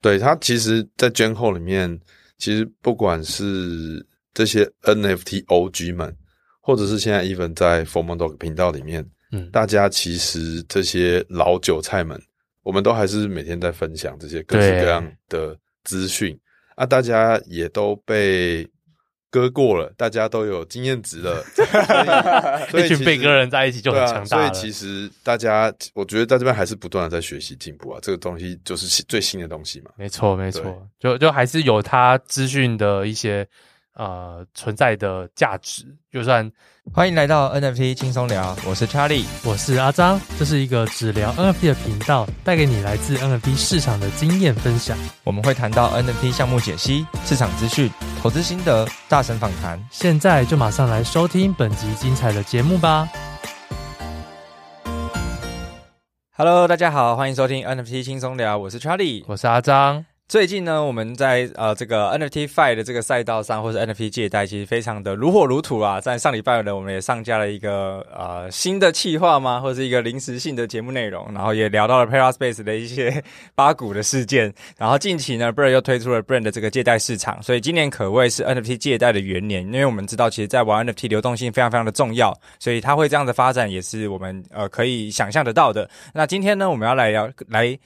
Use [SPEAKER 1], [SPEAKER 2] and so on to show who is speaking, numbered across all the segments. [SPEAKER 1] 对它其实，在捐后里面，其实不管是这些 NFT OG 们，或者是现在 even 在 Formal Dog 频道里面，
[SPEAKER 2] 嗯，
[SPEAKER 1] 大家其实这些老韭菜们，我们都还是每天在分享这些各式
[SPEAKER 2] 对
[SPEAKER 1] 各样的资讯啊，大家也都被割过了，大家都有经验值了， 所以所以其
[SPEAKER 2] 一群
[SPEAKER 1] 实
[SPEAKER 2] 被割人在一起就
[SPEAKER 1] 对
[SPEAKER 2] 很
[SPEAKER 1] 啊，
[SPEAKER 2] 强大了。
[SPEAKER 1] 所以其实大家，我觉得在这边还是不断的在学习进步啊，这个东西就是新最新的东西嘛。
[SPEAKER 2] 没错，没
[SPEAKER 1] 对
[SPEAKER 2] 错，就就还是有它资讯的一些呃存在的价值。就算
[SPEAKER 3] 欢迎来到 NFT 轻松聊，我是 Charlie。
[SPEAKER 4] 我是阿张，这是一个只聊 NFT 的频道，带给你来自 NFT 市场的经验分享。
[SPEAKER 3] 我们会谈到 NFT 项目解析、市场资讯、投资心得、大神访谈。
[SPEAKER 4] 现在就马上来收听本集精彩的节目吧。
[SPEAKER 3] Hello，大家好，欢迎收听 NFT 轻松聊，我是 Charlie。
[SPEAKER 2] 我是阿张，
[SPEAKER 3] 最近呢，我们在呃这个 NFT Five 的这个赛道上，或是 NFT 借贷，其实非常的如火如荼啊。在上礼拜呢，我们也上架了一个呃新的企划吗，或是一个临时性的节目内容，然后也聊到了 Paraspace 的一些 八股的事件。然后近期呢，Brand 又推出了 Brand 的这个借贷市场，所以今年可谓是 NFT 借贷的元年，因为我们知道，其实在玩 NFT 流动性非常非常的重要，所以它会这样的发展，也是我们呃可以想象得到的。那今天呢，我们要来聊来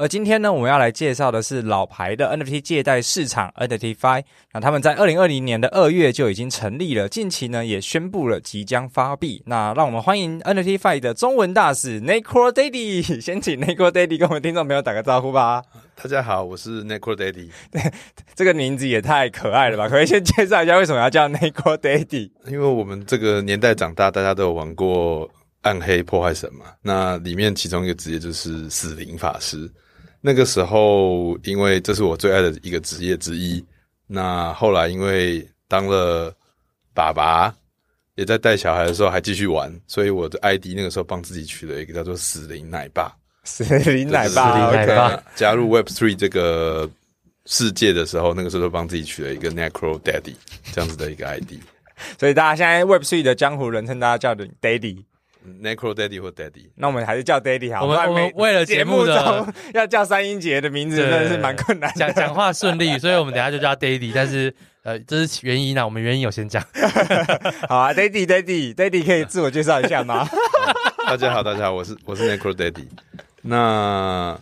[SPEAKER 3] 而今天呢，我们要来介绍的是老牌的 NFT 借贷市场 NFT Fi。那他们在二零二零年的二月就已经成立了，近期呢也宣布了即将发币。那让我们欢迎 NFT Fi 的中文大使 n a c r o Daddy，先 请 n a c r o Daddy 跟我们听众朋友打个招呼吧。
[SPEAKER 1] 大家好，我是 Necro Daddy，
[SPEAKER 3] 这个名字也太可爱了吧！可不可以先介绍一下为什么要叫 n a c r o Daddy？
[SPEAKER 1] 因为我们这个年代长大，大家都有玩过《暗黑破坏神》嘛，那里面其中一个职业就是死灵法师。那个时候，因为这是我最爱的一个职业之一，那后来因为当了爸爸，也在带小孩的时候还继续玩，所以我的 ID 那个时候帮自己取了一个叫做“死灵奶爸”。
[SPEAKER 3] 死灵奶爸
[SPEAKER 2] 死灵奶爸
[SPEAKER 3] OK
[SPEAKER 1] 呃加入 Web Three 这个世界的时候，那个时候就帮自己取了一个 Necro Daddy 这样子的一个 ID。
[SPEAKER 3] 所以大家现在 Web Three 的江湖人称大家叫的 Daddy。
[SPEAKER 1] Necro Daddy 或 Daddy，
[SPEAKER 3] 那我们还是叫 Daddy
[SPEAKER 2] 我
[SPEAKER 3] 好。
[SPEAKER 2] 们
[SPEAKER 3] 不然
[SPEAKER 2] 我们
[SPEAKER 3] 每
[SPEAKER 2] 为了节目的
[SPEAKER 3] 中 要叫三音节的名字，真的是蛮困难
[SPEAKER 2] 讲
[SPEAKER 3] 的。
[SPEAKER 2] 讲话 顺利，所以我们等一下就叫 Daddy，但是呃，这是原因呢，我们原因有先讲。
[SPEAKER 3] 好啊，Daddy，Daddy，Daddy 可以自我介绍一下吗？
[SPEAKER 1] 大家好，大家好，我是我是 Necro Daddy。那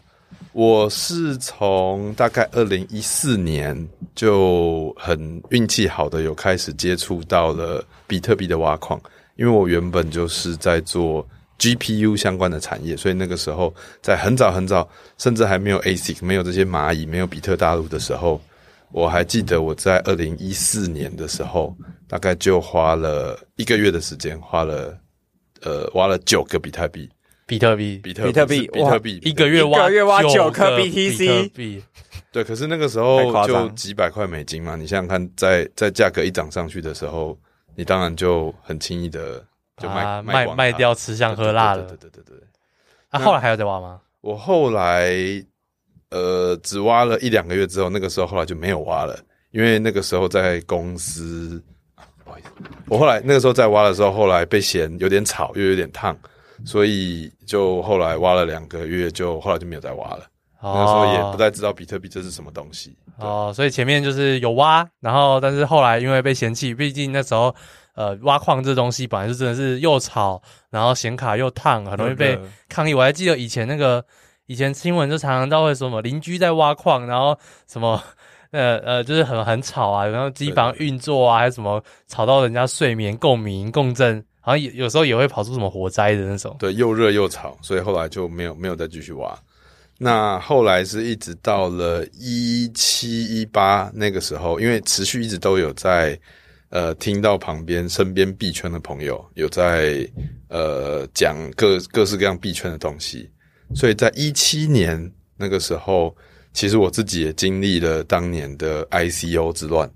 [SPEAKER 1] 我是从大概二零一四年就很运气好的有开始接触到了比特币的挖矿，因为我原本就是在做 GPU 相关的产业，所以那个时候在很早很早，甚至还没有 ASIC、没有这些蚂蚁、没有比特大陆的时候，我还记得我在二零一四年的时候，大概就花了一个月的时间，花了呃挖了九个比特币，
[SPEAKER 2] 比特币
[SPEAKER 1] 比特
[SPEAKER 3] 比特币
[SPEAKER 1] 是比特币
[SPEAKER 2] 一个月
[SPEAKER 3] 一
[SPEAKER 2] 挖
[SPEAKER 3] 个月挖九颗
[SPEAKER 2] 个
[SPEAKER 3] BTC
[SPEAKER 2] 比特币，
[SPEAKER 1] 对，可是那个时
[SPEAKER 3] 太夸
[SPEAKER 1] 候
[SPEAKER 3] 张
[SPEAKER 1] 就几百块美金嘛，你想想看在，在价格一涨上去的时候，你当然就很轻易的就卖、
[SPEAKER 2] 啊
[SPEAKER 1] 卖
[SPEAKER 2] 卖
[SPEAKER 1] 光它
[SPEAKER 2] 卖掉吃香喝辣了
[SPEAKER 1] 对。对对对对对对。
[SPEAKER 2] 那后来还有在挖吗？
[SPEAKER 1] 我后来呃只挖了一两个月之后，那个时候后来就没有挖了，因为那个时候在公司，啊不好意思，我后来那个时候在挖的时候，后来被嫌有点吵又有点烫，所以就后来挖了两个月就，后来就没有再挖了。那个时候也不太知道比特币这是什么东西。对
[SPEAKER 2] 哦，所以前面就是有挖，然后但是后来因为被嫌弃，毕竟那时候呃挖矿这东西本来就真的是又吵，然后显卡又烫，很容易被抗议。我还记得以前那个以前新闻就常常到会说什么邻居在挖矿，然后什么。呃呃，就是很很吵啊，然后机房
[SPEAKER 1] 对
[SPEAKER 2] 运作啊，还有什么吵到人家睡眠、共鸣、共振，好像有有时候也会跑出什么火灾的那种。
[SPEAKER 1] 对，又热又吵，所以后来就没有没有再继续挖。那后来是一直到了一七一八那个时候，因为持续一直都有在呃听到旁边身边币圈的朋友有在呃讲各各式各样币圈的东西，所以在一七年那个时候，其实我自己也经历了当年的 ICO 之乱。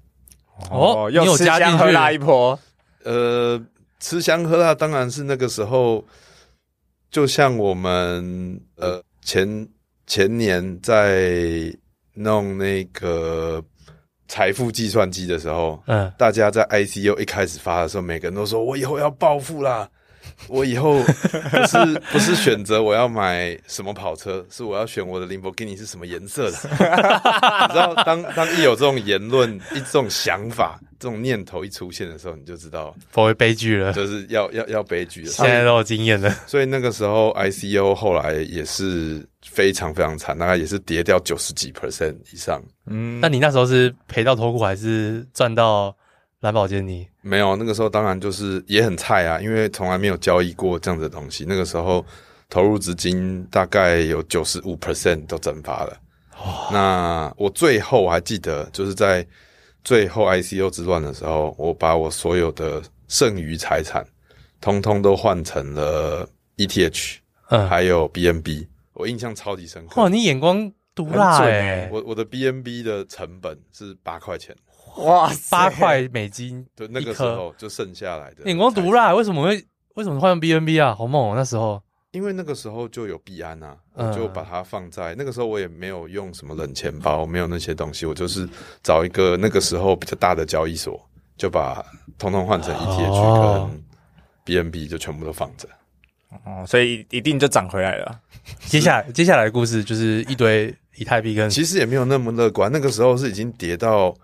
[SPEAKER 2] 哦你
[SPEAKER 3] 又
[SPEAKER 2] 有
[SPEAKER 3] 吃
[SPEAKER 2] 加进
[SPEAKER 3] 香
[SPEAKER 2] 去
[SPEAKER 3] 喝辣一波，
[SPEAKER 1] 呃，吃香喝辣当然是那个时候，就像我们呃前前年在弄那个财富计算机的时候，
[SPEAKER 2] 嗯，
[SPEAKER 1] 大家在 ICU 一开始发的时候，每个人都说我以后要暴富啦， 我以后不是不是选择我要买什么跑车，是我要选我的林博基尼是什么颜色的。你知道，当当一有这种言论、一这种想法、这种念头一出现的时候，你就知道
[SPEAKER 2] 颇为悲剧了。
[SPEAKER 1] 就是要要要悲剧了。
[SPEAKER 2] 现在都有经验了，
[SPEAKER 1] 所以那个时候 ICO 后来也是非常非常惨，大概也是跌掉九十几 percent 以上。
[SPEAKER 3] 嗯
[SPEAKER 2] 那你那时候是赔到头骨，还是赚到蓝宝坚尼？
[SPEAKER 1] 没有，那个时候当然就是也很菜啊，因为从来没有交易过这样子的东西。那个时候投入资金大概有九十五 percent 都蒸发了。那我最后我还记得，就是在最后 ICO 之乱的时候，我把我所有的剩余财产，通通都换成了 ETH，
[SPEAKER 2] 嗯
[SPEAKER 1] 还有 BNB。我印象超级深刻。
[SPEAKER 2] 哇，你眼光毒
[SPEAKER 1] 很
[SPEAKER 2] 辣
[SPEAKER 1] 准欸
[SPEAKER 2] 哎、
[SPEAKER 1] 我我的 BNB 的成本是八块钱，
[SPEAKER 3] 哇塞
[SPEAKER 2] 八块美金，
[SPEAKER 1] 对，那个时候就剩下来的。
[SPEAKER 2] 眼光毒辣，为什么会为什么换 BNB 啊？好猛、哦！那时候
[SPEAKER 1] 因为那个时候就有币安啊，
[SPEAKER 2] 嗯
[SPEAKER 1] 我就把它放在那个时候，我也没有用什么冷钱包，没有那些东西，我就是找一个那个时候比较大的交易所，就把通通换成 ETH
[SPEAKER 2] 哦
[SPEAKER 1] 跟 BNB，就全部都放着。
[SPEAKER 3] 哦，所以一定就涨回来
[SPEAKER 2] 哦
[SPEAKER 3] 了。
[SPEAKER 2] 接下来接下来的故事就是一堆以太币跟
[SPEAKER 1] 其实也没有那么乐观，那个时候是已经跌到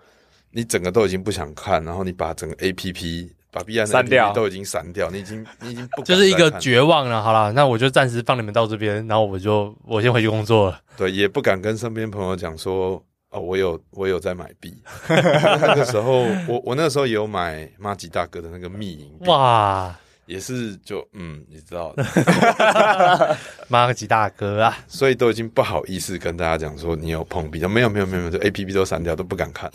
[SPEAKER 1] 你整个都已经不想看，然后你把整个 APP 把币安的
[SPEAKER 3] 删掉
[SPEAKER 1] APP 都已经删掉，你已经你已经不敢
[SPEAKER 2] 就是一
[SPEAKER 1] 再
[SPEAKER 2] 个
[SPEAKER 1] 看
[SPEAKER 2] 绝望啊了。好啦，那我就暂时放你们到这边，然后我就我先回去工作了。
[SPEAKER 1] 对，也不敢跟身边朋友讲说，哦，我有我有在买币。那个时候，我我那时候也有买马吉大哥的那个密银币，
[SPEAKER 2] 哇，
[SPEAKER 1] 也是就嗯，你知道的，
[SPEAKER 2] 马吉大哥啊，
[SPEAKER 1] 所以都已经不好意思跟大家讲说你有碰币，没有没有没有没有，就 A P P 都删掉，都不敢 看。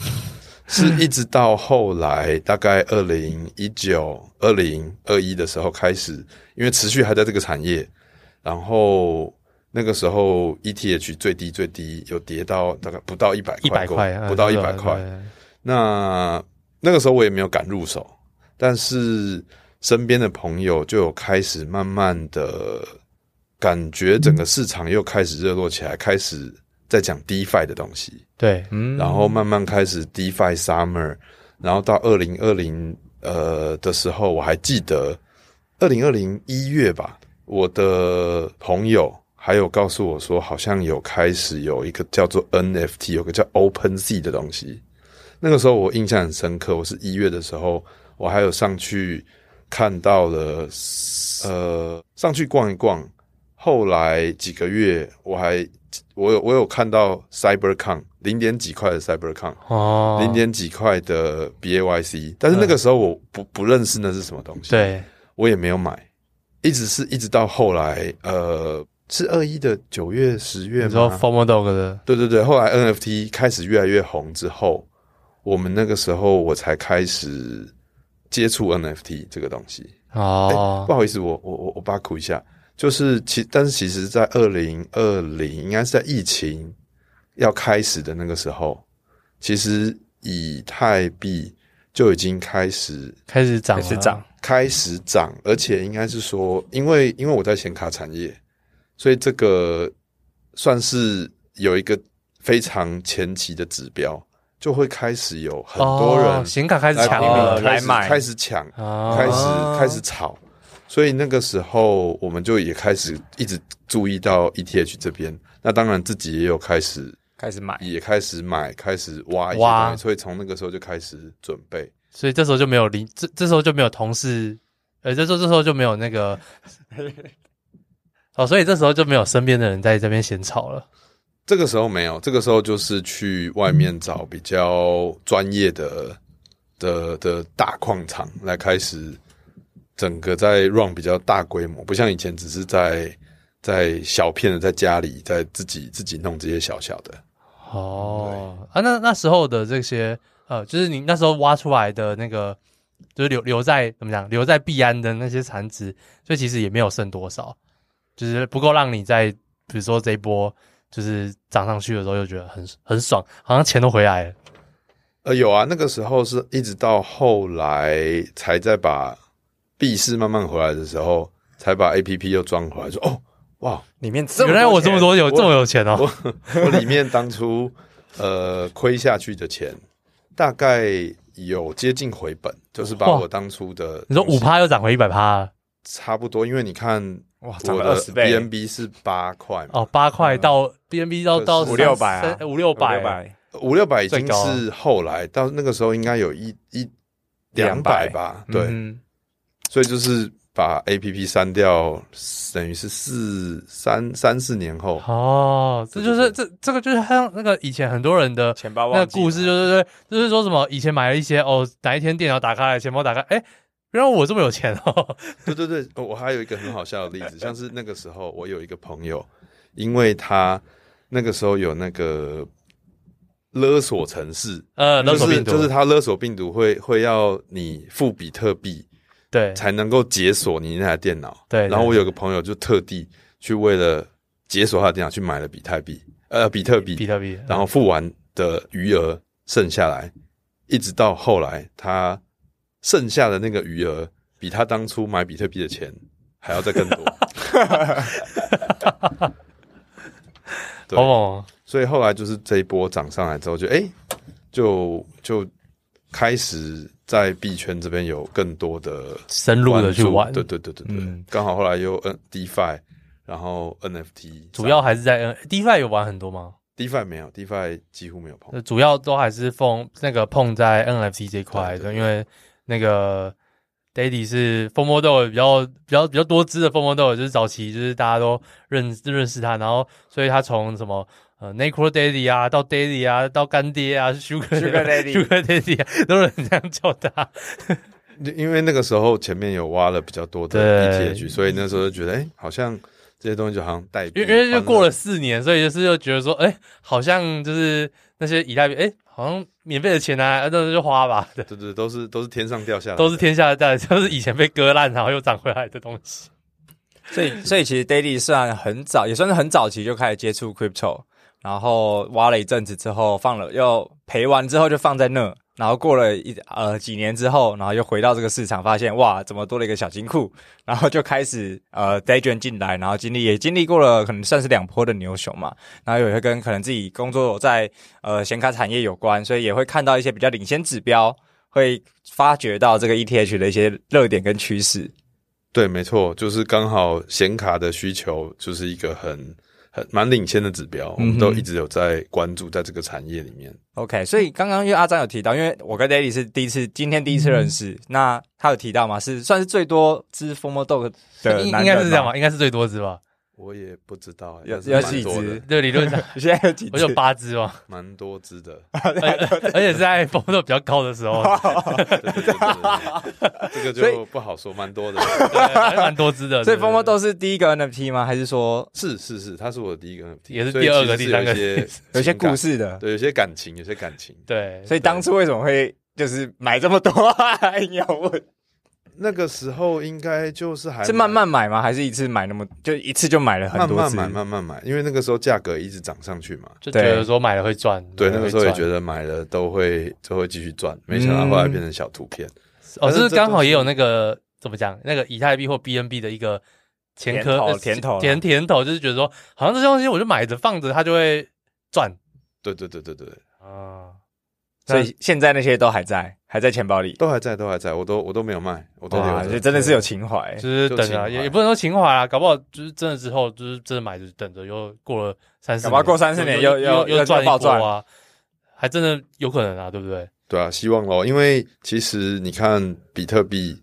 [SPEAKER 1] 是一直到后来，大概二零一九、二零二一的时候开始，因为持续还在这个产业，然后那个时候 ETH 最低最低有跌到大概不到一百
[SPEAKER 2] 一百
[SPEAKER 1] 过
[SPEAKER 2] 块，
[SPEAKER 1] 不到
[SPEAKER 2] 嗯
[SPEAKER 1] 一百块，
[SPEAKER 2] 对对对
[SPEAKER 1] 那那个时候我也没有敢入手，但是身边的朋友就有开始慢慢的感觉整个市场又开始热络起来，开始在讲 DeFi 的东西，
[SPEAKER 2] 对，
[SPEAKER 3] 嗯
[SPEAKER 1] 然后慢慢开始 DeFi Summer，然后到二零二零呃的时候，我还记得二零二零一月吧，我的朋友还有告诉我说，好像有开始有一个叫做 NFT，有个叫 Open Sea 的东西。那个时候我印象很深刻，我是一月的时候，我还有上去看到了，呃，上去逛一逛。后来几个月，我还我有我有看到 CyberCon 零点几块的 CyberCon，
[SPEAKER 2] 哦，
[SPEAKER 1] 零点几块的 BAYC，但是那个时候我不不认识那是什么东西，，
[SPEAKER 2] 对，
[SPEAKER 1] 我也没有买，一直是一直到后来，呃，是二一的九月、十月
[SPEAKER 2] 你说
[SPEAKER 1] 吗？
[SPEAKER 2] Formal Dog 的
[SPEAKER 1] 对对对，后来 NFT 开始越来越红之后，我们那个时候我才开始接触 NFT 这个东西。
[SPEAKER 2] 哦
[SPEAKER 1] 不，好意思，我我我我巴苦一下，就是其但是其实，在二零二零应该是在疫情要开始的那个时候，其实以太币就已经开始
[SPEAKER 2] 开始涨
[SPEAKER 3] 开
[SPEAKER 2] 了，
[SPEAKER 3] 始涨，
[SPEAKER 1] 开始涨，而且应该是说，因为因为我在显卡产业，所以这个算是有一个非常前期的指标，就会开始有很多
[SPEAKER 2] 哦
[SPEAKER 1] 人
[SPEAKER 2] 显卡开始
[SPEAKER 1] 来
[SPEAKER 2] 抢
[SPEAKER 1] 拼命开
[SPEAKER 2] 了，
[SPEAKER 1] 始
[SPEAKER 3] 来买
[SPEAKER 1] 开始抢，
[SPEAKER 2] 哦
[SPEAKER 1] 开始开始炒，所以那个时候我们就也开始一直注意到 ETH 这边。那当然自己也有开始，
[SPEAKER 3] 开始买，
[SPEAKER 1] 也开始买，开始挖一些
[SPEAKER 2] 挖
[SPEAKER 1] 东西，所以从那个时候就开始准备。
[SPEAKER 2] 所以这时候就没有零，这这时候就没有同事，呃，这时候这时候就没有 那个，哦，所以这时候就没有身边的人在这边闲吵了。
[SPEAKER 1] 这个时候没有，这个时候就是去外面找比较专业的的的大矿场来开始整个在 run 比较大规模，不像以前只是在在小片的在家里在自己自己弄这些小小的。
[SPEAKER 2] 哦，啊，那那时候的这些，呃，就是你那时候挖出来的那个，就是留留在怎么讲，留在币安的那些残值，所以其实也没有剩多少，就是不够让你在比如说这一波就是涨上去的时候，就觉得很很爽，好像钱都回来了。
[SPEAKER 1] 呃，有啊，那个时候是一直到后来才再把币市慢慢回来的时候，才把 A P P 又装回来，说哦，哇，
[SPEAKER 3] 里面这么
[SPEAKER 2] 原来我这么多有
[SPEAKER 1] 我
[SPEAKER 2] 这么有钱哦，
[SPEAKER 1] 我里面当初呃亏下去的钱，大概有接近回本，就是把
[SPEAKER 2] 哇
[SPEAKER 1] 我当初的
[SPEAKER 2] 你说
[SPEAKER 1] 东
[SPEAKER 2] 五
[SPEAKER 1] 西
[SPEAKER 2] 趴又涨回一百趴了，
[SPEAKER 1] 差不多，因为你看
[SPEAKER 3] 哇，哦涨
[SPEAKER 1] 我
[SPEAKER 3] 了二
[SPEAKER 1] 的
[SPEAKER 3] 十倍，
[SPEAKER 1] BNB 是八块嘛，
[SPEAKER 4] 哦，八块到 BNB 到到
[SPEAKER 1] 五
[SPEAKER 3] 嗯六百啊
[SPEAKER 4] 三呃五六
[SPEAKER 3] 百
[SPEAKER 4] 百，
[SPEAKER 1] 五六百已
[SPEAKER 4] 最
[SPEAKER 1] 经
[SPEAKER 4] 高啊
[SPEAKER 1] 是后来到那个时候应该有一一两
[SPEAKER 3] 200
[SPEAKER 1] 百吧，对，
[SPEAKER 3] 嗯
[SPEAKER 1] 所以就是把 A P P 删掉，等于是四三三四年后，
[SPEAKER 4] 哦，这就是这这个就是像那个以前很多人的
[SPEAKER 3] 哼钱包
[SPEAKER 4] 那
[SPEAKER 3] 忘
[SPEAKER 4] 个
[SPEAKER 3] 记
[SPEAKER 4] 故事，
[SPEAKER 3] 了
[SPEAKER 4] 就是对，就是说什么以前买了一些哦，哪一天电脑打开来，钱包打开，哎，原来我这么有钱哦，
[SPEAKER 1] 对对对，我还有一个很好笑的例子，像是那个时候我有一个朋友，因为他那个时候有那个勒索城市，
[SPEAKER 4] 呃，勒索
[SPEAKER 1] 就是
[SPEAKER 4] 病毒
[SPEAKER 1] 就是他勒索病毒会会要你付比特币
[SPEAKER 4] 对
[SPEAKER 1] 才能够解锁你那台电脑，
[SPEAKER 4] 对，
[SPEAKER 1] 然后我有个朋友就特地去为了解锁他的电脑去买了比特币，呃，比特币
[SPEAKER 4] 比，特币，
[SPEAKER 1] 然后付完的余额剩下来，一直到后来他剩下的那个余额比他当初买比特币的钱还要再更多， 对
[SPEAKER 4] 哦，
[SPEAKER 1] 所以后来就是这一波涨上来之后就，诶哎，就就开始在币圈这边有更多的
[SPEAKER 4] 深入的去玩
[SPEAKER 1] 关注，对对对对对
[SPEAKER 4] 嗯，
[SPEAKER 1] 刚、好后来又 N DeFi，然后 NFT，
[SPEAKER 4] 主要还是在呃 N DeFi 有玩很多吗？
[SPEAKER 1] DeFi 没有，DeFi 几乎没有碰
[SPEAKER 4] 呃，主要都还是碰那个碰在 NFT 这一
[SPEAKER 1] 对对
[SPEAKER 4] 块的，
[SPEAKER 1] 对
[SPEAKER 4] 因为那 个 Daddy 是疯魔豆比较比较比较多汁的疯魔豆，就是早期就是大家都认认识他，然后所以他从什么呃 Necro Daddy 啊，到 Daddy 啊，到干爹啊，Sugar
[SPEAKER 3] Sugar Daddy
[SPEAKER 4] Sugar Daddy 啊都有人这样叫他。
[SPEAKER 1] 因因为那个时候前面有挖了比较多
[SPEAKER 4] 对
[SPEAKER 1] 的 BTH，所以那时候就觉得，哎、好像这些东西就好像代币，
[SPEAKER 4] 因为因为就过
[SPEAKER 1] 了，
[SPEAKER 4] 了四年，所以就是又觉得说，哎、好像就是那些以太币，哎、好像免费的钱啊，那就花吧，对
[SPEAKER 1] 对对，都是都是天上掉下来的，
[SPEAKER 4] 都是天下的蛋，就是以前被割烂然后又长回来的东 西。
[SPEAKER 3] 所以所以其实 Daily 算很早，也算是很早期就开始接触 crypto，然后挖了一阵子之后放了，又赔完之后就放在那。然后过了一呃几年之后，然后又回到这个市场，发现哇，怎么多了一个小金库？ 然后就开始呃 day 卷进来，然后经历也经历过了，可能算是两波的牛熊嘛。然后也会跟可能自己工作在呃显卡产业有关，所以也会看到一些比较领先指标，会发掘到这个 ETH 的一些热点跟趋势。
[SPEAKER 1] 对，没错，就是刚好显卡的需求就是一个很很蛮领先的指标，我们
[SPEAKER 3] 嗯
[SPEAKER 1] 都一直有在关注在这个产业里面。
[SPEAKER 3] OK，所以刚刚因为阿张有提到，因为我跟 Daddy 是第一次，今天第一次认识，那他有提到吗？是算是最多只疯魔豆的男人
[SPEAKER 4] 应
[SPEAKER 3] 吗
[SPEAKER 4] 应该是这样吧，？应该是最多只吧？
[SPEAKER 1] 我也不知道、
[SPEAKER 3] 有
[SPEAKER 1] 但
[SPEAKER 3] 有
[SPEAKER 1] 是
[SPEAKER 3] 几
[SPEAKER 1] 蛮多
[SPEAKER 3] 只
[SPEAKER 1] 的，
[SPEAKER 4] 对，理论上
[SPEAKER 3] 你 现在有几只？
[SPEAKER 4] 我有八只吧，
[SPEAKER 1] 蛮多只的。
[SPEAKER 4] 而且是在风度比较高的时候，
[SPEAKER 1] 对对对对对这个
[SPEAKER 3] 所
[SPEAKER 1] 就
[SPEAKER 3] 以
[SPEAKER 1] 不好说，蛮多的。
[SPEAKER 4] 对呃还 蛮多 只的。
[SPEAKER 3] 所以
[SPEAKER 4] 对
[SPEAKER 3] 疯魔豆是第一个 NFT 吗？还是说
[SPEAKER 1] 是是是，他是我的第一个 NFT，
[SPEAKER 4] 也是
[SPEAKER 1] 所以
[SPEAKER 4] 第二个
[SPEAKER 1] 其
[SPEAKER 4] 第
[SPEAKER 1] 实
[SPEAKER 4] 三
[SPEAKER 1] 有
[SPEAKER 4] 个
[SPEAKER 1] 一些
[SPEAKER 3] 有一些
[SPEAKER 1] 情感
[SPEAKER 3] 故，事的？
[SPEAKER 1] 对，有些感情，有些感情。
[SPEAKER 4] 对，
[SPEAKER 3] 所以当初为什么会就是买这么多？ 硬要问，
[SPEAKER 1] 那个时候应该就是还
[SPEAKER 3] 是慢慢买吗？还是一次买那么就一次就买了很
[SPEAKER 1] 慢
[SPEAKER 3] 多
[SPEAKER 1] 慢
[SPEAKER 3] 只？
[SPEAKER 1] 买，慢慢买，因为那个时候价格一直涨上去嘛。
[SPEAKER 4] 就觉得说买了会赚。
[SPEAKER 1] 对，那个时候也觉
[SPEAKER 4] 得
[SPEAKER 1] 得买了都会都会继续赚，
[SPEAKER 3] 嗯
[SPEAKER 1] 没想到后来变成小图片。
[SPEAKER 4] 哦，
[SPEAKER 1] 反正
[SPEAKER 4] 就是
[SPEAKER 1] 这
[SPEAKER 4] 刚
[SPEAKER 1] 都
[SPEAKER 4] 好
[SPEAKER 1] 是
[SPEAKER 4] 也有那个怎么讲，那个以太币或 BNB 的一个前科
[SPEAKER 3] 甜头
[SPEAKER 4] 呃
[SPEAKER 3] 甜头啦
[SPEAKER 4] 甜甜头，就是觉得说好像这些东西我就买着放着，它就会赚
[SPEAKER 1] 对对对对对，对
[SPEAKER 4] 啊。
[SPEAKER 3] 所以现在那些都还在，还在钱包里。
[SPEAKER 1] 都还在，都还在，我都我都没有卖，我都
[SPEAKER 3] 哇，
[SPEAKER 1] 留
[SPEAKER 3] 这
[SPEAKER 1] 着。
[SPEAKER 3] 真的是有哎情怀。
[SPEAKER 4] 就是
[SPEAKER 1] 就
[SPEAKER 4] 等
[SPEAKER 1] 情
[SPEAKER 4] 啊，也
[SPEAKER 1] 怀
[SPEAKER 4] 也不能说情怀啊，搞不好就是真的之后就是真的买着等着，又过了三四，
[SPEAKER 3] 搞不好过三四年
[SPEAKER 4] 又
[SPEAKER 3] 又又
[SPEAKER 4] 又
[SPEAKER 3] 又
[SPEAKER 4] 赚一
[SPEAKER 3] 爆
[SPEAKER 4] 波
[SPEAKER 3] 赚
[SPEAKER 4] 啊，还真的有可能啊，对不对？
[SPEAKER 1] 对啊，希望咯，因为其实你看比特币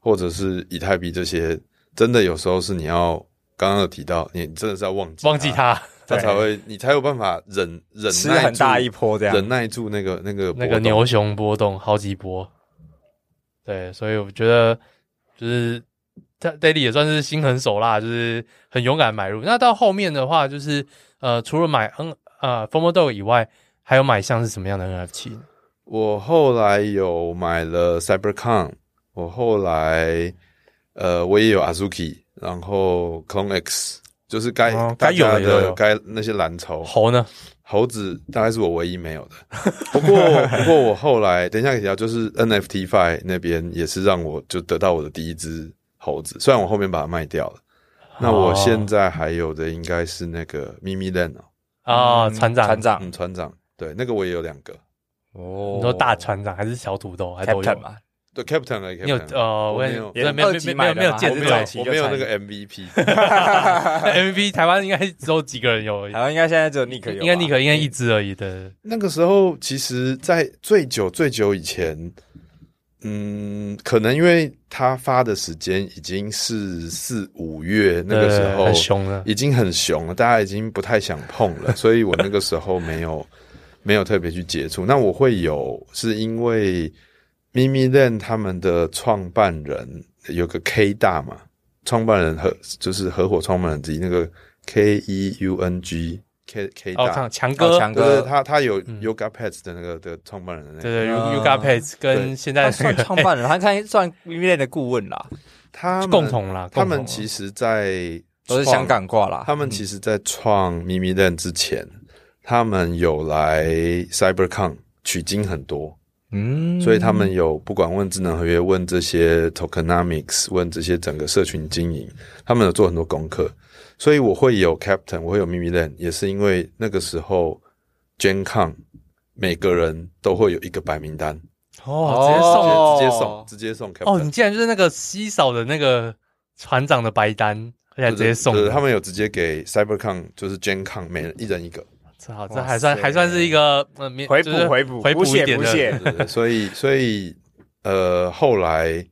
[SPEAKER 1] 或者是以太币这些，真的有时候是你要刚刚有提到，你真的是要忘
[SPEAKER 3] 啊
[SPEAKER 1] 记
[SPEAKER 4] 忘记它
[SPEAKER 1] 它
[SPEAKER 3] 对
[SPEAKER 1] 才会，你才有办法忍忍
[SPEAKER 3] 吃
[SPEAKER 1] 耐
[SPEAKER 3] 很大
[SPEAKER 1] 住
[SPEAKER 3] 一波这样，
[SPEAKER 1] 忍耐住那个那个
[SPEAKER 4] 那
[SPEAKER 1] 波
[SPEAKER 4] 个
[SPEAKER 1] 动
[SPEAKER 4] 牛熊波动好几波，对，所以我觉得就是他 Daily 也算是心狠手辣，就是很勇敢买入。那到后面的话，就是呃，除了买 N 呃风波豆以外，还有买像是什么样的 NFT？
[SPEAKER 1] 我后来有买了 CyberCon，我后来呃我也有 Azuki，然后 Clone X，就是该、
[SPEAKER 4] 哦
[SPEAKER 1] 大
[SPEAKER 4] 该有
[SPEAKER 1] 家
[SPEAKER 4] 的也都
[SPEAKER 1] 的
[SPEAKER 4] 有
[SPEAKER 1] 该那些蓝筹
[SPEAKER 4] 猴呢？
[SPEAKER 1] 猴子，大概是我唯一没有 的。不过不过我后来等一下可以聊，就是 NFT Fi 那边也是让我就得到我的第一只猴子，虽然我后面把它卖掉了。那我现在还有的应该是那个咪咪 land 哦，
[SPEAKER 4] 啊，
[SPEAKER 3] 嗯
[SPEAKER 4] 船长，
[SPEAKER 3] 船，长
[SPEAKER 1] 嗯，船长，对，那个我也有两个，
[SPEAKER 3] 哦
[SPEAKER 4] 你说大船长还是小土豆，还
[SPEAKER 3] c a
[SPEAKER 4] 都
[SPEAKER 3] p
[SPEAKER 2] 啊
[SPEAKER 4] 有啊哦
[SPEAKER 3] t 嘛，
[SPEAKER 1] 对 Captain 了
[SPEAKER 4] 你有
[SPEAKER 1] ，Captain 了。
[SPEAKER 4] 呃，我也
[SPEAKER 1] 我
[SPEAKER 4] 对没有
[SPEAKER 3] 二
[SPEAKER 4] 没
[SPEAKER 3] 级
[SPEAKER 4] 有没有
[SPEAKER 3] 买的
[SPEAKER 4] 没有
[SPEAKER 3] 嘛
[SPEAKER 4] 见
[SPEAKER 1] 我没
[SPEAKER 4] 证
[SPEAKER 1] 有
[SPEAKER 3] 早期
[SPEAKER 1] 我
[SPEAKER 3] 就
[SPEAKER 1] 没有
[SPEAKER 3] 参
[SPEAKER 1] 那
[SPEAKER 3] 与
[SPEAKER 1] 个 MVP，
[SPEAKER 4] MVP，台湾应该只有几个人有而已
[SPEAKER 3] 台，湾应该现在只有 Nick，有吧啊
[SPEAKER 4] 应该 Nick 应该一只而已的。
[SPEAKER 1] 那个时候，其实，在最久最久以前，嗯，可能因为他发的时间已经是四五月那个时
[SPEAKER 4] 对
[SPEAKER 1] 候，
[SPEAKER 4] 很凶的，
[SPEAKER 1] 已经很熊了，大家已经不太想碰了， 所以我那个时候没有没有特别去接触。那我会有，是因为咪咪 land 他们的创办人有个 K 大嘛，创办人和就是合伙创办人之一，那个 K E U N G K K
[SPEAKER 4] 哦，
[SPEAKER 1] 大，
[SPEAKER 4] 看强
[SPEAKER 3] 哦
[SPEAKER 4] 哥，
[SPEAKER 3] 强
[SPEAKER 1] 对对，
[SPEAKER 3] 哥，
[SPEAKER 1] 他他有
[SPEAKER 4] 嗯
[SPEAKER 1] Yoga Pets 的那个的创办人的那
[SPEAKER 4] 对
[SPEAKER 1] 个，
[SPEAKER 4] 对
[SPEAKER 3] 嗯
[SPEAKER 4] ，Yuga Pets 跟
[SPEAKER 1] 对
[SPEAKER 4] 现
[SPEAKER 3] 他
[SPEAKER 4] 在那
[SPEAKER 3] 算
[SPEAKER 4] 个
[SPEAKER 3] 创办人，他他算 v i 的顾问啦，
[SPEAKER 1] 他们
[SPEAKER 4] 共同啊啦，
[SPEAKER 1] 他
[SPEAKER 4] 共同
[SPEAKER 1] 们
[SPEAKER 4] 啦
[SPEAKER 1] 其实在
[SPEAKER 3] 都是
[SPEAKER 1] 创
[SPEAKER 3] 香港挂
[SPEAKER 4] 啊
[SPEAKER 3] 啦。
[SPEAKER 1] 他
[SPEAKER 4] 嗯
[SPEAKER 1] 们其实，在创咪咪 land 之前，他们有来 CyberCon 取经很多，
[SPEAKER 3] 嗯
[SPEAKER 1] 所以他们有不管问智能合约、问这些 tokenomics、问这些整个社群经营，他们有做很多功课。所以我会有 Captain，我会有咪咪 land，也是因为那个时候 GenCon 每个人都会有一个白名单，
[SPEAKER 4] 哦，直接送
[SPEAKER 3] 哦
[SPEAKER 1] 直接直接送直接送
[SPEAKER 4] 哦，你
[SPEAKER 1] Captain。
[SPEAKER 4] 竟然就是那个稀少的那个船长的白单，而且直接送
[SPEAKER 1] 对
[SPEAKER 4] 的，
[SPEAKER 1] 对他们有直接给 CyberCon，就是 GenCon 每人一人一个。
[SPEAKER 4] 这好，这
[SPEAKER 3] 哇
[SPEAKER 4] 还算
[SPEAKER 3] 塞
[SPEAKER 4] 还算是一个呃免
[SPEAKER 2] 回
[SPEAKER 4] 就是
[SPEAKER 2] 补回补
[SPEAKER 4] 回补
[SPEAKER 2] 补
[SPEAKER 4] 一
[SPEAKER 2] 血
[SPEAKER 4] 点
[SPEAKER 2] 补
[SPEAKER 4] 的，
[SPEAKER 2] 血，
[SPEAKER 1] 对对所以 所以呃，后来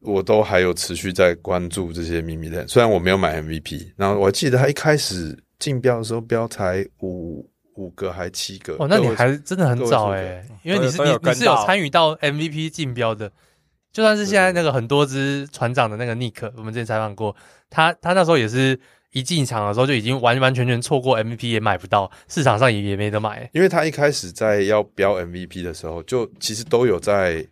[SPEAKER 1] 我都还有持续在关注这些秘密的，虽然我没有买 MVP，然后我还记得他一开始竞标的时候标才五五个还七个，
[SPEAKER 4] 哦，那你
[SPEAKER 1] 各位
[SPEAKER 4] 还真的很早
[SPEAKER 1] 各位
[SPEAKER 4] 哎、
[SPEAKER 1] 数
[SPEAKER 4] 因为你是
[SPEAKER 3] 都
[SPEAKER 4] 你
[SPEAKER 3] 有都有
[SPEAKER 4] 你
[SPEAKER 3] 跟
[SPEAKER 4] 是有
[SPEAKER 3] 到
[SPEAKER 4] 参与到 MVP 竞标的，就算是现在那个很多只船长的那个 Nick，我们之前采访过他，他那时候也是一进场的时候就已经完完全全错过 MVP 也买不到，市场上也也没得买、
[SPEAKER 1] 因为他一开始在要标 MVP 的时候，就其实都有在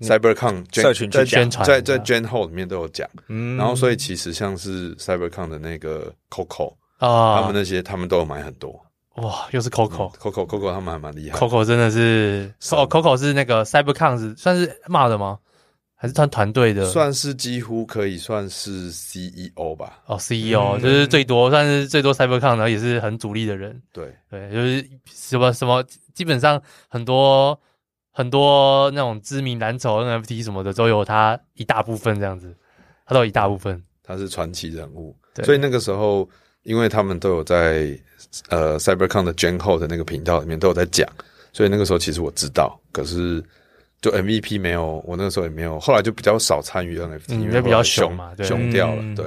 [SPEAKER 1] CyberCon
[SPEAKER 3] 社群去
[SPEAKER 1] 在
[SPEAKER 4] 嗯宣传
[SPEAKER 1] 在在 Gen Hall 里面都有讲，
[SPEAKER 3] 嗯
[SPEAKER 1] 然后所以其实像是 CyberCon 的那个 Coco，他
[SPEAKER 4] 啊
[SPEAKER 1] 们，那嗯些他们都有买很多
[SPEAKER 4] 哇，又是 Coco。
[SPEAKER 1] ，Coco Coco 他们还蛮厉害的。
[SPEAKER 4] Coco 真的是哦，Coco 是那个 CyberCon 是算是骂的吗？还是团团队的？
[SPEAKER 1] 算是几乎可以算是 CEO 吧。
[SPEAKER 4] 哦，CEO、
[SPEAKER 3] 嗯
[SPEAKER 4] 就是最多算是最多 CyberCon，然后也是很主力的人。
[SPEAKER 1] 对，
[SPEAKER 4] 对，就是什么什么，基本上很多很多那种知名蓝筹 NFT 什么的都有他一大部分这样子，他都有一大部分。
[SPEAKER 1] 他是传奇人物，
[SPEAKER 4] 对
[SPEAKER 1] 所以那个时候，因为他们都有在呃 CyberCon 的 Gen Ho 的那个频道里面都有在讲，所以那个时候其实我知道，可是就 MVP 没有，我那个时候也没有，后来就比较少参与 NFT，、
[SPEAKER 4] 嗯
[SPEAKER 1] 因
[SPEAKER 4] 因
[SPEAKER 1] 为
[SPEAKER 4] 为比较
[SPEAKER 1] 熊
[SPEAKER 4] 熊嘛对
[SPEAKER 1] 熊掉了，
[SPEAKER 3] 嗯
[SPEAKER 1] 对，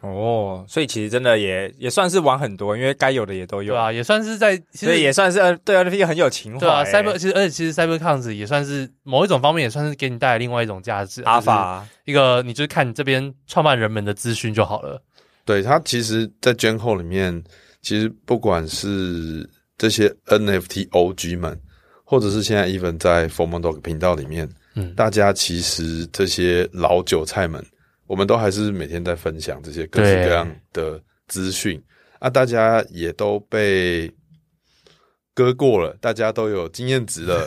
[SPEAKER 3] 哦，所以其实真的也也算是玩很多，因为该有的也都有，
[SPEAKER 4] 对啊，也算是在其
[SPEAKER 3] 所以
[SPEAKER 4] 实
[SPEAKER 3] 也算是呃对 NFT 很有情怀、
[SPEAKER 4] 对啊
[SPEAKER 3] 欸
[SPEAKER 4] ，Cyber 其实而且其实 CyberCon 子也算是某一种方面也算是给你带来另外一种价值，
[SPEAKER 3] 阿
[SPEAKER 4] 就是
[SPEAKER 3] 法
[SPEAKER 4] 一个你就是看你这边创办人们的资讯就好了。
[SPEAKER 1] 对他其实，在 Gen Ho 里面，其实不管是这些 NFT OG 们，或者是现在 even 在 Formal Dog 频道里面，
[SPEAKER 4] 嗯，
[SPEAKER 1] 大家其实这些老韭菜们，我们都还是每天在分享这些各式各样的资讯啊，大家也都被割过了，大家都有经验值了，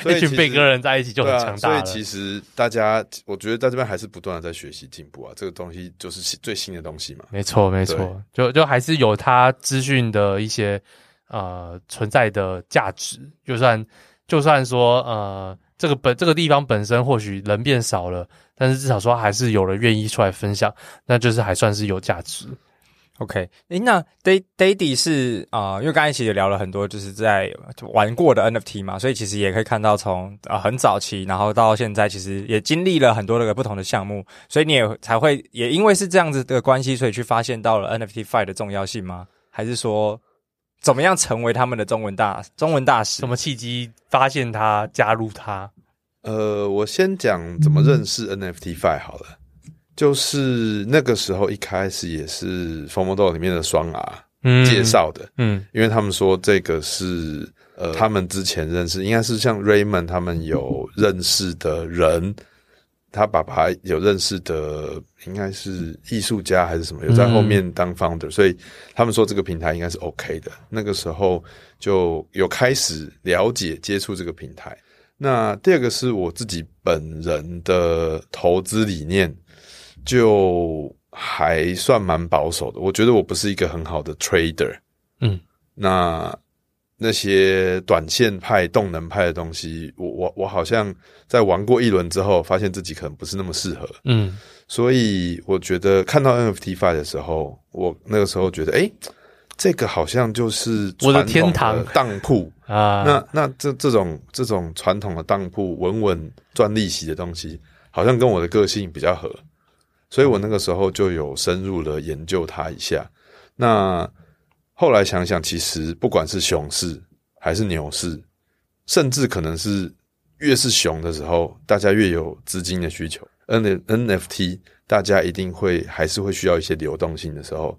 [SPEAKER 1] 所以所
[SPEAKER 4] 一
[SPEAKER 1] 以
[SPEAKER 4] 群
[SPEAKER 1] 其
[SPEAKER 4] 被
[SPEAKER 1] 实
[SPEAKER 4] 割人在一起就
[SPEAKER 1] 对
[SPEAKER 4] 很
[SPEAKER 1] 啊，
[SPEAKER 4] 强大了。
[SPEAKER 1] 所以其实大家，我觉得在这边还是不断的在学习进步啊，这个东西就是新最新的东西嘛。
[SPEAKER 4] 没错，没错，就就还是有它资讯的一些呃存在的价值，就算就算说呃这个本这个地方本身或许人变少了，但是至少说还是有人愿意出来分享，那就是还算是有价值。
[SPEAKER 3] OK，诶，那 Day Daddy 是啊、呃因为刚才其实聊了很多，就是在玩过的 NFT 嘛，所以其实也可以看到从啊、呃很早期，然后到现在，其实也经历了很多的不同的项目，所以你也才会也因为是这样子的关系，所以去发现到了 NFT Five 的重要性吗？还是说怎么样成为他们的中文大中文大使
[SPEAKER 4] 什？么契机发现它，加入它？
[SPEAKER 1] 呃，我先讲怎么认识 NFT Five 好了，就是那个时候一开始也是《风魔豆》里面的双 R
[SPEAKER 4] 嗯
[SPEAKER 1] 介，绍的，
[SPEAKER 4] 嗯
[SPEAKER 1] 因为他们说这个是呃他们之前认识，应该是像 Raymond 他们有认识的人，他爸爸有认识的应该是艺术家还是什么，有在后面当
[SPEAKER 4] 嗯
[SPEAKER 1] founder，、所以他们说这个平台应该是 OK 的。那个时候就有开始了解接触这个平台。那第二个是我自己本人的投资理念，就还算蛮保守的。我觉得我不是一个很好的 trader，
[SPEAKER 4] 嗯，
[SPEAKER 1] 那那些短线派、动能派的东西，我我我好像在玩过一轮之后，发现自己可能不是那么适合。
[SPEAKER 4] 嗯，
[SPEAKER 1] 所以我觉得看到 NFT Five 的时候，我那个时候觉得，哎、这个好像就是
[SPEAKER 4] 我的
[SPEAKER 1] 传统
[SPEAKER 4] 天堂
[SPEAKER 1] 当铺。
[SPEAKER 4] 啊，
[SPEAKER 1] 那那这这种这种传统的当铺稳稳赚利息的东西，好像跟我的个性比较合，所以我那个时候就有深入的研究它一下。那后来想想，其实不管是熊市还是牛市，甚至可能是越是熊的时候，大家越有资金的需求。N NFT 大家一定会还是会需要一些流动性的时候，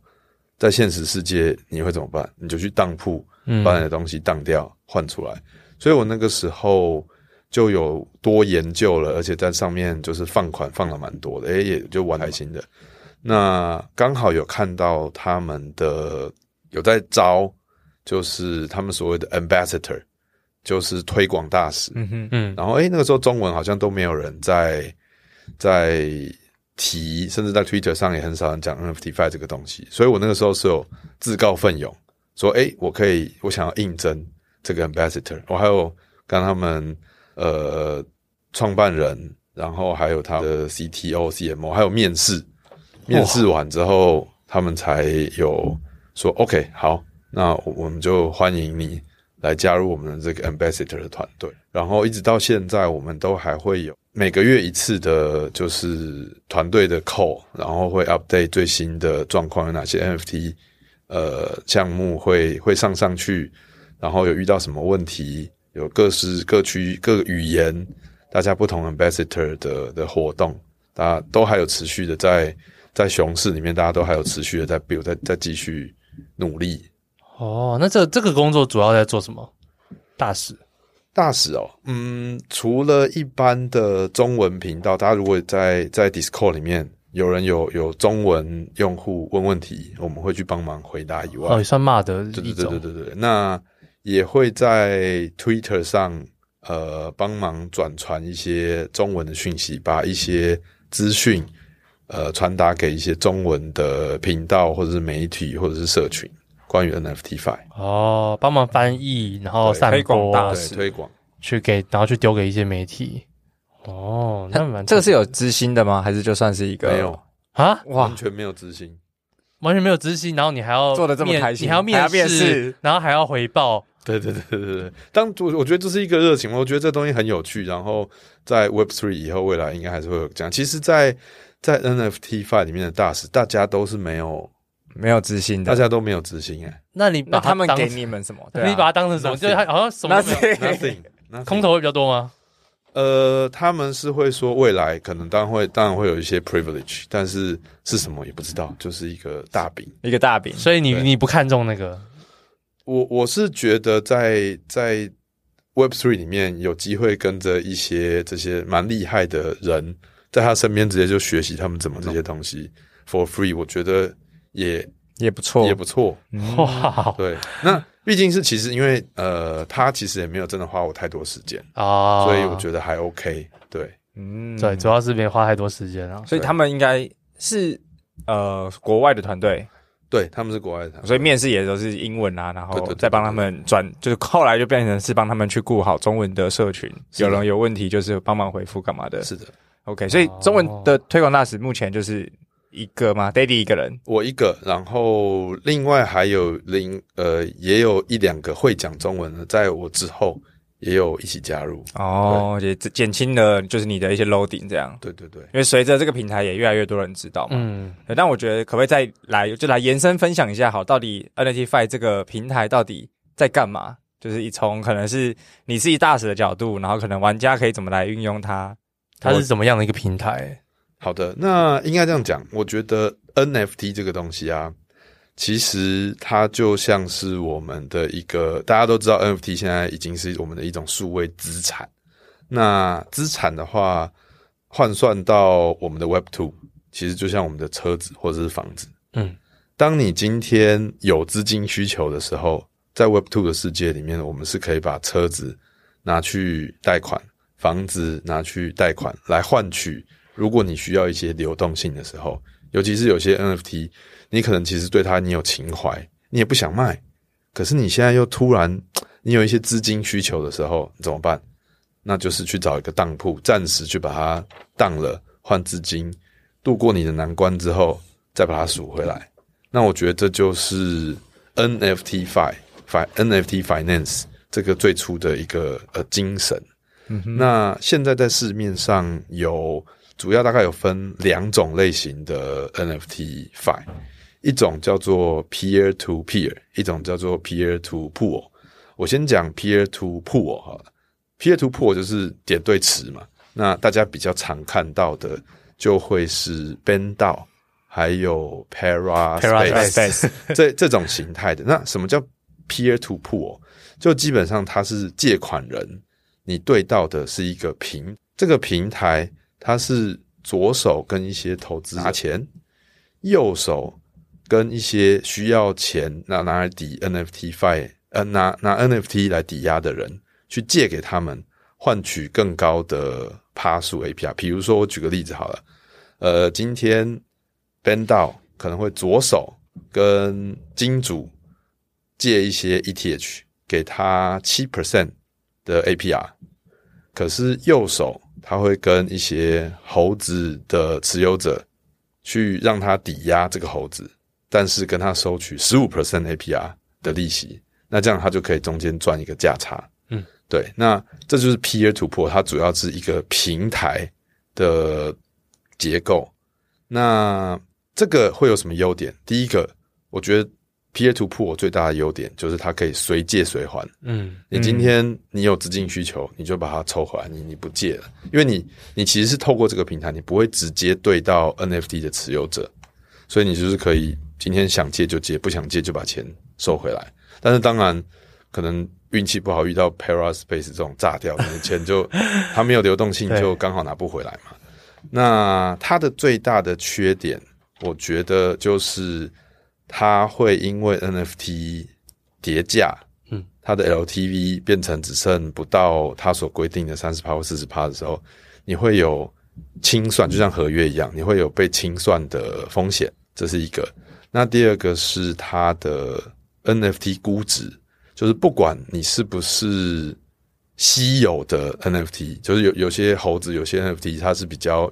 [SPEAKER 1] 在现实世界你会怎么办？你就去当铺
[SPEAKER 2] 嗯
[SPEAKER 4] 嗯
[SPEAKER 1] 把你的东西当掉换出来。所以我那个时候就有多研究了，而且在上面就是放款放了蛮多的，诶、也就玩开心的。那刚好有看到他们的有在招，就是他们所谓的 ambassador，就是推广大使。
[SPEAKER 3] 嗯哼，
[SPEAKER 4] 嗯
[SPEAKER 1] 然后诶，那个时候中文好像都没有人在在提，甚至在 Twitter 上也很少人讲 NFT Five 这个东西，所以我那个时候是有自告奋勇说，诶，我可以，我想要应征这个 ambassador，我还有跟他们呃创办人，然后还有他的 CTO、CMO，还有面试，面试完之后，他们才有说 OK，好，那我我们就欢迎你来加入我们的这个 ambassador 的团队。然后一直到现在，我们都还会有每个月一次的，就是团队的 call，然后会 update 最新的状况，有哪些 NFT 呃项目会会上上去，然后有遇到什么问题，有各式各区各语言，大家不同 ambassador 的的活动，大家都还有持续的在在熊市里面，大家都还有持续的在 build，在在继续努力。
[SPEAKER 4] 哦，那这这个工作主要在做什么？大使
[SPEAKER 1] 大使哦，嗯，除了一般的中文频道，大家如果在在 Discord 里面有人有有中文用户问问题，我们会去帮忙回答以外，
[SPEAKER 4] 哦，也算骂的
[SPEAKER 1] 对
[SPEAKER 4] 一
[SPEAKER 1] 对对对
[SPEAKER 4] 种，
[SPEAKER 1] 对对，那也会在 Twitter 上呃帮忙转传一些中文的讯息，把一些资讯呃传达给一些中文的频道或者是媒体或者是社群，关于 NFT Five
[SPEAKER 4] 哦，帮忙翻译，然后
[SPEAKER 1] 对
[SPEAKER 4] 散
[SPEAKER 3] 推广大
[SPEAKER 4] 播
[SPEAKER 3] 使
[SPEAKER 1] 对推广。
[SPEAKER 4] 去给，然后去丢给一些媒体。哦，那蛮
[SPEAKER 3] 这个是有知心的吗？还是就算是一个
[SPEAKER 1] 没有
[SPEAKER 4] 啊，
[SPEAKER 3] 哇
[SPEAKER 1] 完？全没有自信，
[SPEAKER 4] 完全没有知心，然后你还要
[SPEAKER 3] 做得这么
[SPEAKER 4] 面
[SPEAKER 3] 开心
[SPEAKER 4] 你还要
[SPEAKER 3] 还
[SPEAKER 4] 面
[SPEAKER 3] 要面试
[SPEAKER 4] 然后还要回报，
[SPEAKER 1] 对对对对对对。当我我觉得这是一个热情，我觉得这东西很有趣。然后在 Web Three 以后，未来应该还是会有这样。其实在，在 NFT Five 里面的大使，大家都是没有，
[SPEAKER 3] 没有知心
[SPEAKER 1] 大
[SPEAKER 3] 的，
[SPEAKER 1] 家都没有执行哎、
[SPEAKER 4] 那你
[SPEAKER 3] 那
[SPEAKER 4] 把它
[SPEAKER 3] 他们
[SPEAKER 4] 当
[SPEAKER 3] 给
[SPEAKER 4] 成
[SPEAKER 3] 你们什么？对啊
[SPEAKER 4] 你把它当成什么？
[SPEAKER 1] Nothing
[SPEAKER 4] 就是它好像什么
[SPEAKER 3] 那
[SPEAKER 4] 都没有，
[SPEAKER 3] 是
[SPEAKER 1] Nothing，, nothing
[SPEAKER 4] 空投会比较多吗？
[SPEAKER 1] 呃，他们是会说未来可能当然会当然会有一些 privilege，但是是什么也不知道，就是一个大饼。
[SPEAKER 3] 一个大饼，
[SPEAKER 4] 所以你
[SPEAKER 1] 对
[SPEAKER 4] 你不看重那个
[SPEAKER 1] 我我是觉得在在 Web Three 里面有机会跟着一些这些蛮厉害的人，在他身边直接就学习他们怎么这些东西 for free，我觉得也
[SPEAKER 3] 也不错，嗯
[SPEAKER 1] 也不错。嗯
[SPEAKER 4] 哇
[SPEAKER 1] 对，那毕竟是其实因为呃，他其实也没有真的花我太多时间，
[SPEAKER 4] 啊！
[SPEAKER 1] 所以我觉得还 OK。对，
[SPEAKER 3] 嗯
[SPEAKER 4] 对，主要是别花太多时间了。
[SPEAKER 3] 所以他们应该是呃国外的团队，
[SPEAKER 1] 对，他们是国外的团队，
[SPEAKER 3] 所以面试也都是英文啊，然
[SPEAKER 1] 对对
[SPEAKER 3] 后
[SPEAKER 1] 对
[SPEAKER 3] 再帮他们转，就是后来就变成是帮他们去顾好中文的社群，
[SPEAKER 1] 是
[SPEAKER 3] 有人有问题就是帮忙回复干嘛的。
[SPEAKER 1] 是哦的，
[SPEAKER 3] OK，所以中文的推广大使目前就是一个吗？Daddy 一个人，
[SPEAKER 1] 我一个，然后另外还有另呃，也有一两个会讲中文的，在我之后也有一起加入。
[SPEAKER 3] 哦，也减轻了就是你的一些 loading 这样。
[SPEAKER 1] 对对对，
[SPEAKER 3] 因为随着这个平台也越来越多人知道嘛，
[SPEAKER 4] 嗯，
[SPEAKER 3] 对但我觉得可不可以再来就来延伸分享一下，好，到底 NFT Five 这个平台到底在干嘛？就是一从可能是你自己大使的角度，然后可能玩家可以怎么来运用它。
[SPEAKER 4] 它是怎么样的一个平台？
[SPEAKER 1] 好的，那应该这样讲，我觉得 NFT 这个东西啊，其实它就像是我们的一个，大家都知道 NFT 现在已经是我们的一种数位资产。那资产的话，换算到我们的 Web Two，其实就像我们的车子或者是房子。
[SPEAKER 4] 嗯，
[SPEAKER 1] 当你今天有资金需求的时候，在 Web Two 的世界里面，我们是可以把车子拿去贷款，房子拿去贷款来换取。如果你需要一些流动性的时候，尤其是有些 NFT，你可能其实对它你有情怀，你也不想卖，可是你现在又突然你有一些资金需求的时候，你怎么办？那就是去找一个当铺，暂时去把它当了，换资金，度过你的难关之后，再把它赎回来。那我觉得这就是 NFT fi fi NFT finance 这个最初的一个呃精神。那现在在市面上有主要大概有分两种类型的 NFT fi，一种叫做 peer to peer，一种叫做 peer to pool。我先讲 peer to pool 哈，peer to pool 就是点对池嘛。那大家比较常看到的就会是 Ben 道，还有 Para
[SPEAKER 3] Para
[SPEAKER 1] Space
[SPEAKER 3] Space
[SPEAKER 1] 这这种形态的。那什么叫 peer to pool？就基本上它是借款人，你对到的是一个平这个平台，它是左手跟一些投资拿钱，右手跟一些需要钱拿拿来抵 NFT fi 呃拿拿 NFT 来抵押的人去借给他们，换取更高的趴数 APR。比如说，我举个例子好了，呃，今天 Ben 道可能会左手跟金主借一些 ETH，给他七 percent 的 APR，可是右手他会跟一些猴子的持有者去让他抵押这个猴子，但是跟他收取十五 percent APR 的利息，那这样他就可以中间赚一个价差。
[SPEAKER 4] 嗯，
[SPEAKER 1] 对，那这就是 peer to p o o 它主要是一个平台的结构。那这个会有什么优点？第一个，我觉得 peer to p o o 最大的优点就是它可以随借随还。
[SPEAKER 4] 嗯，
[SPEAKER 1] 你今天你有资金需求，你就把它抽回来，你你不借了，因为你你其实是透过这个平台，你不会直接对到 NFT 的持有者，所以你就是可以今天想借就借，不想借就把钱收回来。但是当然，可能运气不好遇到 Para Space 这种炸掉，你的钱就它没有流动性，
[SPEAKER 4] 对
[SPEAKER 1] 就刚好拿不回来嘛。那它的最大的缺点，我觉得就是它会因为 NFT 叠价，它的 LTV 变成只剩不到它所规定的三十趴或四十趴的时候，你会有清算，就像合约一样，你会有被清算的风险，这是一个。那第二个是它的 NFT 估值，就是不管你是不是稀有的 NFT，就是有有些猴子，有些 NFT 它是比较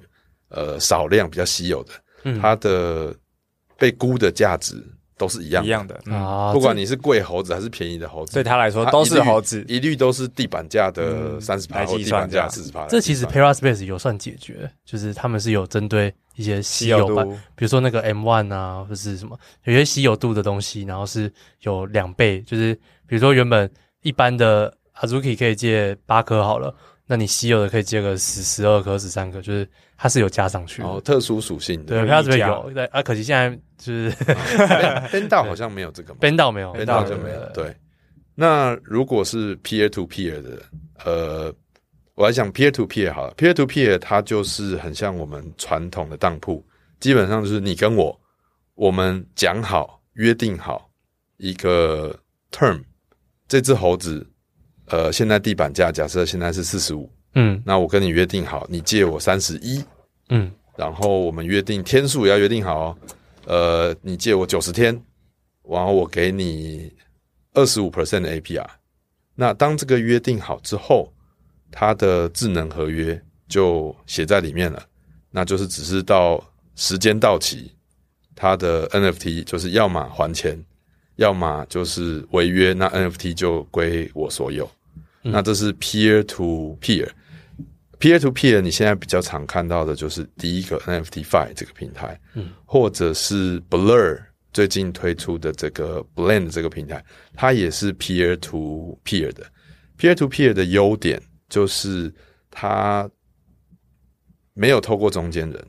[SPEAKER 1] 呃少量、比较稀有的，它的被估的价值都是一样
[SPEAKER 3] 一
[SPEAKER 1] 的。
[SPEAKER 3] 样的，嗯
[SPEAKER 4] 啊，
[SPEAKER 1] 不管
[SPEAKER 4] 这
[SPEAKER 1] 你是贵猴子还是便宜的猴子，
[SPEAKER 3] 对他来说
[SPEAKER 1] 它
[SPEAKER 3] 都
[SPEAKER 1] 一
[SPEAKER 3] 是
[SPEAKER 1] 律
[SPEAKER 3] 猴子，嗯
[SPEAKER 1] 一律都是地板价的三十
[SPEAKER 3] 来
[SPEAKER 1] 趴或
[SPEAKER 3] 计
[SPEAKER 1] 地
[SPEAKER 3] 算
[SPEAKER 1] 板
[SPEAKER 3] 这
[SPEAKER 1] 价
[SPEAKER 3] 样
[SPEAKER 1] 四十趴。
[SPEAKER 4] 这其实 Paraspace 有算解决，就是他们是有针对一些稀有
[SPEAKER 3] 稀有
[SPEAKER 4] 版，
[SPEAKER 1] 嗯
[SPEAKER 3] 度
[SPEAKER 4] 比如说那个 M one 啊，或是什么有些稀有度的东西，然后是有两倍，就是比如说原本一般的 Azuki 可以借八颗好了，那你稀有的可以借个十、十二颗、十三颗，就是它是有加上去的。
[SPEAKER 1] 然后哦特殊属性
[SPEAKER 4] 对
[SPEAKER 1] 的
[SPEAKER 4] Paraspace
[SPEAKER 3] 加
[SPEAKER 4] 有，对啊，可惜现在就是
[SPEAKER 1] ，Ben Ben 道好像没有这个嘛
[SPEAKER 4] Ben 到没有
[SPEAKER 1] ，Ben 道
[SPEAKER 3] 道没
[SPEAKER 1] 就
[SPEAKER 3] 有
[SPEAKER 1] 没有。对，那如果是 peer to peer 的，呃，我来讲 peer to peer 好了，peer to peer 它就是很像我们传统的当铺，基本上就是你跟我，我们讲好、约定好一个 term，这只猴子，呃，现在地板价假设现在是四十五，
[SPEAKER 4] 嗯
[SPEAKER 1] 那我跟你约定好，你借我三十一，
[SPEAKER 4] 嗯，
[SPEAKER 1] 然后我们约定天数也要约定好哦。呃，你借我九十天，然后我给你二十五 percent 的 APR。那当这个约定好之后，它的智能合约就写在里面了。那就是只是到时间到期，它的 NFT 就是要么还钱，要么就是违约，那 NFT 就归我所有。那这是 peer to peer。peer to peer，你现在比较常看到的就是第一个 NFT Fi 这个平台，嗯，或者是 Blur 最近推出的这个 Blend 这个平台，它也是 peer to peer 的。peer to peer 的优点就是它没有透过中间人，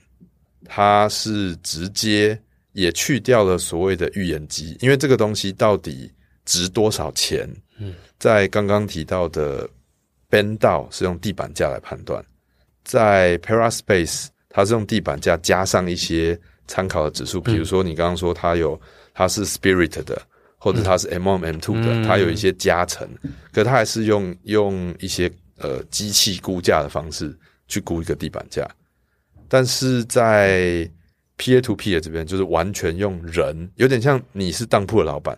[SPEAKER 1] 它是直接也去掉了所谓的预言机，因为这个东西到底值多少钱？嗯，在刚刚提到的 Ben 道是用地板价来判断，在 Paraspace 它是用地板价加上一些参考的指数，比如说你刚刚说它有它是 Spirit 的，或者它是 M o M Two 的，它有一些加成，可它还是用用一些呃机器估价的方式去估一个地板价，但是在 peer to peer 这边就是完全用人，有点像你是当铺的老板，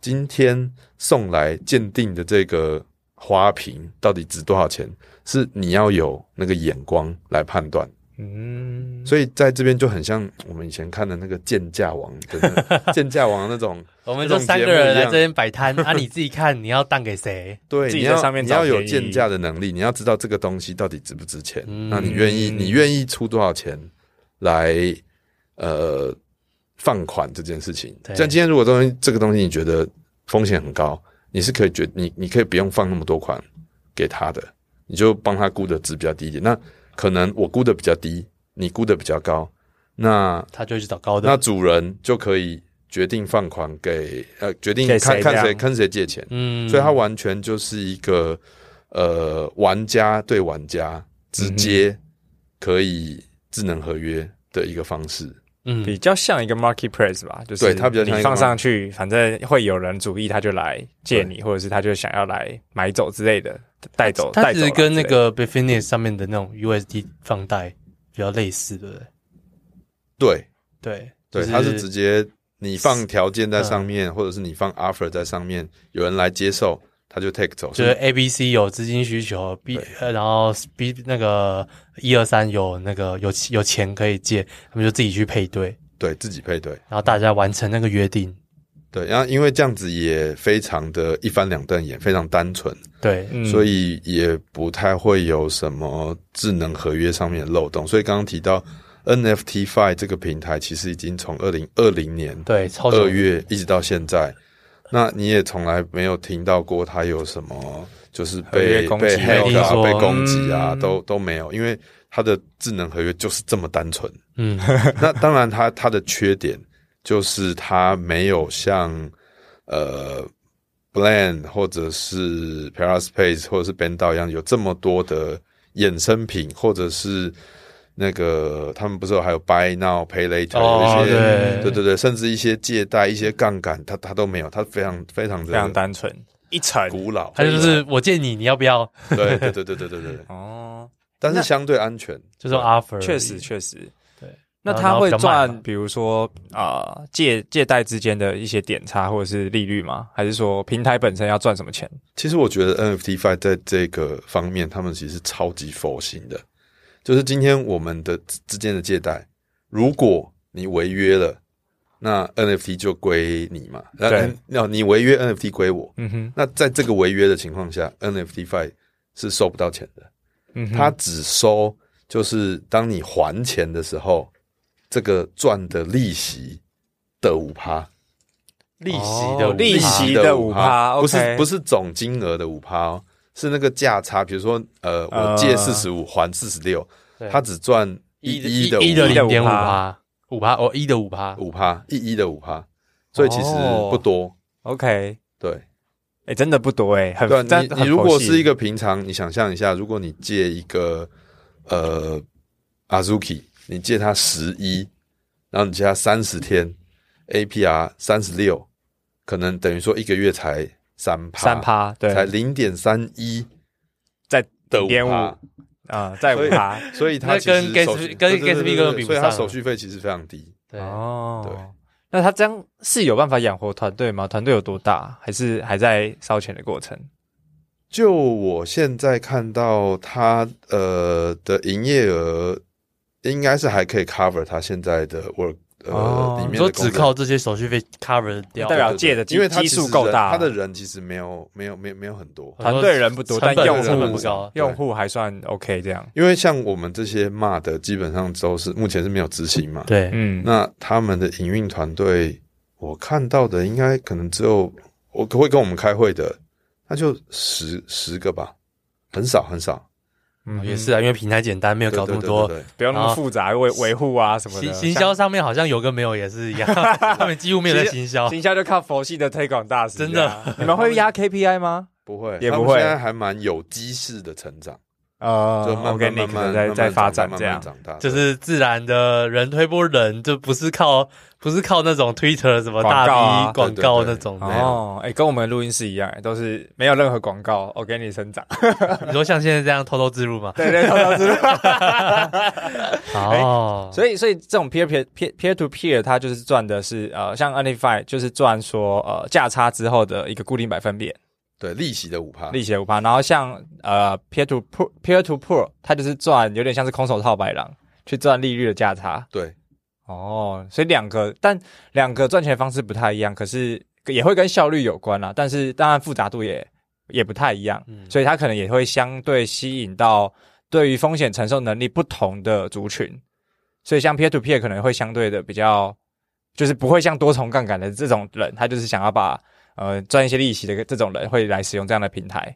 [SPEAKER 1] 今天送来鉴定的这个花瓶到底值多少钱，是你要有那个眼光来判断。
[SPEAKER 4] 嗯，
[SPEAKER 1] 所以在这边就很像我们以前看的那个鉴价王的那鉴价王那种，
[SPEAKER 4] 我们
[SPEAKER 1] 这
[SPEAKER 4] 就
[SPEAKER 1] 种
[SPEAKER 4] 三
[SPEAKER 1] 节
[SPEAKER 4] 个
[SPEAKER 1] 目
[SPEAKER 4] 人
[SPEAKER 1] 一
[SPEAKER 4] 来
[SPEAKER 1] 样
[SPEAKER 4] 这边摆摊， 啊，你自己看你要当给谁？
[SPEAKER 1] 对，
[SPEAKER 3] 自己
[SPEAKER 1] 你
[SPEAKER 3] 在
[SPEAKER 1] 要
[SPEAKER 3] 上面
[SPEAKER 1] 你
[SPEAKER 3] 找
[SPEAKER 1] 要有
[SPEAKER 3] 便宜
[SPEAKER 1] 鉴价的能力，你要知道这个东西到底值不值钱。
[SPEAKER 4] 嗯
[SPEAKER 1] 那你愿意，你愿意出多少钱来呃放款这件事情？
[SPEAKER 4] 对
[SPEAKER 1] 像今天如果东西这个东西你觉得风险很高，你是可以决你你可以不用放那么多款给他的，你就帮他估的值比较低一点。那可能我估的比较低，你估的比较高，那
[SPEAKER 4] 他就会去找高
[SPEAKER 1] 那
[SPEAKER 4] 的。
[SPEAKER 1] 主人就可以决定放款给呃决定
[SPEAKER 3] 给
[SPEAKER 1] 看
[SPEAKER 3] 谁
[SPEAKER 1] 看
[SPEAKER 3] 这
[SPEAKER 1] 谁
[SPEAKER 3] 样
[SPEAKER 1] 看谁借钱。
[SPEAKER 4] 嗯，
[SPEAKER 1] 所以它完全就是一个呃玩家对玩家直
[SPEAKER 4] 嗯
[SPEAKER 1] 接可以智能合约的一个方式。
[SPEAKER 4] 嗯
[SPEAKER 3] 比较像一个 marketplace 吧，就是
[SPEAKER 1] 对它比较像一个
[SPEAKER 3] 你放上去，反正会有人主意，他就来借你，或者是他就想要来买走之类的，带走。
[SPEAKER 4] 它
[SPEAKER 3] 带
[SPEAKER 4] 只
[SPEAKER 3] 走
[SPEAKER 4] 是
[SPEAKER 3] 啦
[SPEAKER 4] 跟那
[SPEAKER 3] 之类的
[SPEAKER 4] 个 b i f i n i s 上面的那种 USD 放贷比较类似，对不对？
[SPEAKER 1] 对
[SPEAKER 4] 对，
[SPEAKER 1] 对，
[SPEAKER 4] 就
[SPEAKER 1] 它是直接你放条件在上
[SPEAKER 4] 嗯
[SPEAKER 1] 面，或者是你放 offer 在上面，有人来接受，他就 take 走。
[SPEAKER 4] 就是是 A、B、C 有资金需求，B 呃然后 B 那个一二三有那个有有钱可以借，他们就自己去配对，
[SPEAKER 1] 对自己配对。
[SPEAKER 4] 然后大家完成那个约定。
[SPEAKER 1] 对，然后因为这样子也非常的一翻两瞪眼，非常单纯，
[SPEAKER 4] 对，
[SPEAKER 3] 嗯
[SPEAKER 1] 所以也不太会有什么智能合约上面的漏洞。所以刚刚提到 NFT Five 这个平台，其实已经从二零二零年
[SPEAKER 4] 对，超久
[SPEAKER 1] 二月一直到现在，那你也从来没有听到过他有什么就是
[SPEAKER 3] 合
[SPEAKER 1] 被
[SPEAKER 3] 约
[SPEAKER 1] 被
[SPEAKER 3] 攻击
[SPEAKER 1] hack
[SPEAKER 4] 没听
[SPEAKER 1] 啊、
[SPEAKER 4] 说
[SPEAKER 1] 被攻击啊，
[SPEAKER 3] 嗯
[SPEAKER 1] 都都没有，因为他的智能合约就是这么单纯。
[SPEAKER 4] 嗯，
[SPEAKER 1] 那当然它，它的缺点就是它没有像呃 Blend 或者是 Paraspace 或者是 Bando 一样有这么多的衍生品，或者是那个他们不是有还有 Buy Now Pay Later、
[SPEAKER 4] 哦
[SPEAKER 1] 有一些
[SPEAKER 4] 对
[SPEAKER 1] 对对对，甚至一些借贷、一些杠杆，它它都没有，它非常非常
[SPEAKER 3] 非常
[SPEAKER 1] 的
[SPEAKER 3] 单纯，一层
[SPEAKER 1] 古老，
[SPEAKER 4] 他就是我借你，你要不要？
[SPEAKER 1] 对对对对对对对 对，
[SPEAKER 3] 哦，
[SPEAKER 1] 但是
[SPEAKER 3] 那
[SPEAKER 1] 相对安全，
[SPEAKER 4] 就是 offer，而已
[SPEAKER 3] 确实确实。
[SPEAKER 4] 对。
[SPEAKER 3] 那
[SPEAKER 4] 然后
[SPEAKER 3] 他会
[SPEAKER 4] 然后比较慢嘛
[SPEAKER 3] 赚，比如说啊、呃借借贷之间的一些点差或者是利率吗？还是说平台本身要赚什么钱？
[SPEAKER 1] 其实我觉得 NFT Five 在这个方面，他们其实是超级佛心的。就是今天我们的之之间的借贷，如果你违约了，那 NFT 就归你嘛。那
[SPEAKER 3] 对
[SPEAKER 1] 那你违约 NFT 归我。
[SPEAKER 3] 嗯哼，
[SPEAKER 1] 那在这个违约的情况下，NFT Five 是收不到钱的，
[SPEAKER 3] 嗯哼，
[SPEAKER 1] 它只收就是当你还钱的时候，这个赚的利息的五趴。
[SPEAKER 4] 利息
[SPEAKER 3] 哦
[SPEAKER 4] 的
[SPEAKER 3] 利
[SPEAKER 4] 利
[SPEAKER 3] 息的5%
[SPEAKER 1] 啊不是
[SPEAKER 3] OK
[SPEAKER 1] 不是总金额的五趴哦，是那个价差。比如说，呃，
[SPEAKER 3] 呃
[SPEAKER 1] 我借四十五还四十六，他只赚一一的
[SPEAKER 4] 一的
[SPEAKER 3] 5%
[SPEAKER 4] 零点五趴，五趴哦，一的五趴，
[SPEAKER 1] 五趴，一一的五趴，所以其实
[SPEAKER 3] 哦
[SPEAKER 1] 不多。
[SPEAKER 3] OK，
[SPEAKER 1] 对
[SPEAKER 3] 哎、真的不多哎、很
[SPEAKER 1] 对啊，
[SPEAKER 3] 真
[SPEAKER 1] 你
[SPEAKER 3] 的
[SPEAKER 1] 你
[SPEAKER 3] 很
[SPEAKER 1] 如
[SPEAKER 3] 佛
[SPEAKER 1] 果
[SPEAKER 3] 系
[SPEAKER 1] 是一个平常，你想象一下，如果你借一个呃 Azuki，你借他十一，然后你借他三十天，APR 三十六，可能等于说一个月才三趴，
[SPEAKER 3] 三趴，对，
[SPEAKER 1] 才零点三一。
[SPEAKER 3] 在
[SPEAKER 1] 的
[SPEAKER 3] 点五
[SPEAKER 1] 5%
[SPEAKER 3] 啊，在
[SPEAKER 1] 所
[SPEAKER 3] 五
[SPEAKER 1] 以
[SPEAKER 3] 趴
[SPEAKER 1] 所以它
[SPEAKER 4] 那
[SPEAKER 1] 其实
[SPEAKER 4] 跟
[SPEAKER 1] 手
[SPEAKER 4] Gatsby-
[SPEAKER 1] 续
[SPEAKER 4] 跟
[SPEAKER 1] 对对
[SPEAKER 4] Gatsby
[SPEAKER 1] 对对
[SPEAKER 4] 根本
[SPEAKER 1] 对
[SPEAKER 4] 比不
[SPEAKER 1] 所以它
[SPEAKER 4] 上
[SPEAKER 1] 手续费其实非常低。
[SPEAKER 4] 对，
[SPEAKER 3] 哦，
[SPEAKER 1] 对。
[SPEAKER 3] 那他这样是有办法养活团队吗？团队有多大？还是还在烧钱的过程？
[SPEAKER 1] 就我现在看到它呃的营业额，应该是还可以 cover 它现在的 work 呃、
[SPEAKER 3] 哦
[SPEAKER 1] 里
[SPEAKER 4] 你
[SPEAKER 1] 面
[SPEAKER 4] 说
[SPEAKER 1] 的工
[SPEAKER 4] 只
[SPEAKER 1] 作。
[SPEAKER 4] 靠这些手续费 cover 掉，
[SPEAKER 3] 代表借的基
[SPEAKER 1] 因为它其实
[SPEAKER 3] 基数够
[SPEAKER 1] 人
[SPEAKER 3] 大
[SPEAKER 1] 它的人其其实没有没有没有没有很多，
[SPEAKER 4] 很多
[SPEAKER 3] 团队人不多
[SPEAKER 4] 成
[SPEAKER 3] 但
[SPEAKER 4] 本
[SPEAKER 3] 用户
[SPEAKER 4] 成本不高，
[SPEAKER 3] 用户还算 OK 这样？
[SPEAKER 1] 因为像我们这些骂的，基本上都是目前是没有执行嘛。
[SPEAKER 4] 对，
[SPEAKER 3] 嗯，
[SPEAKER 1] 那他们的营运团队，我看到的应该可能只有我会跟我们开会的，那就十十个吧，很少很少。
[SPEAKER 3] 嗯
[SPEAKER 4] 也是啊，因为平台简单，没有搞这么多
[SPEAKER 1] 对。对对对对
[SPEAKER 3] 不用那么复杂，维维护啊什么
[SPEAKER 4] 行
[SPEAKER 3] 的。
[SPEAKER 4] 行
[SPEAKER 3] 像
[SPEAKER 4] 销上面好像有跟没有也是一 样，他们几乎没有在行销。
[SPEAKER 3] 行销就靠佛系的推广大啊师，
[SPEAKER 4] 真的。
[SPEAKER 3] 你们会压 KPI 吗？
[SPEAKER 1] 不会，
[SPEAKER 3] 也
[SPEAKER 1] 他们
[SPEAKER 3] 不会
[SPEAKER 1] 现在还蛮有机式的成长，
[SPEAKER 3] 呃
[SPEAKER 1] 就哦慢慢
[SPEAKER 3] organic
[SPEAKER 1] 慢慢
[SPEAKER 3] 的在
[SPEAKER 1] 慢
[SPEAKER 3] 在
[SPEAKER 1] 慢
[SPEAKER 3] 发
[SPEAKER 1] 长
[SPEAKER 3] 展
[SPEAKER 1] 大
[SPEAKER 3] 这
[SPEAKER 1] 慢
[SPEAKER 3] 样
[SPEAKER 1] 慢。长大，
[SPEAKER 4] 就是自然的人推波人，就不是靠不是靠那种 Twitter 什么大
[SPEAKER 3] 广告啊
[SPEAKER 4] V 广
[SPEAKER 1] 对对
[SPEAKER 4] 告
[SPEAKER 1] 对
[SPEAKER 4] 那种的。
[SPEAKER 3] 哦，哎、跟我们的录音室一样，都是没有任何广告，organic 生长。
[SPEAKER 4] 你说像现在这样偷偷自入嘛？
[SPEAKER 3] 对对，偷偷知道。
[SPEAKER 4] 哦，
[SPEAKER 3] 所以，所以这种 peer peer peer peer to peer，它就是赚的是呃，像 Unify 就是赚说呃价差之后的一个固定百分比
[SPEAKER 1] 对利息的五趴，
[SPEAKER 3] 利息五趴，然后像呃 peer to poor peer to poor，它就是赚有点像是空手套白狼去赚利率的价差。
[SPEAKER 1] 对
[SPEAKER 3] 哦，所以两个，但两个赚钱的方式不太一样，可是也会跟效率有关啦。但是当然复杂度也也不太一样，
[SPEAKER 4] 嗯
[SPEAKER 3] 所以它可能也会相对吸引到对于风险承受能力不同的族群。所以像 peer to peer 可能会相对的比较，就是不会像多重杠杆的这种人，他就是想要把呃赚一些利息的这种人会来使用这样的平台。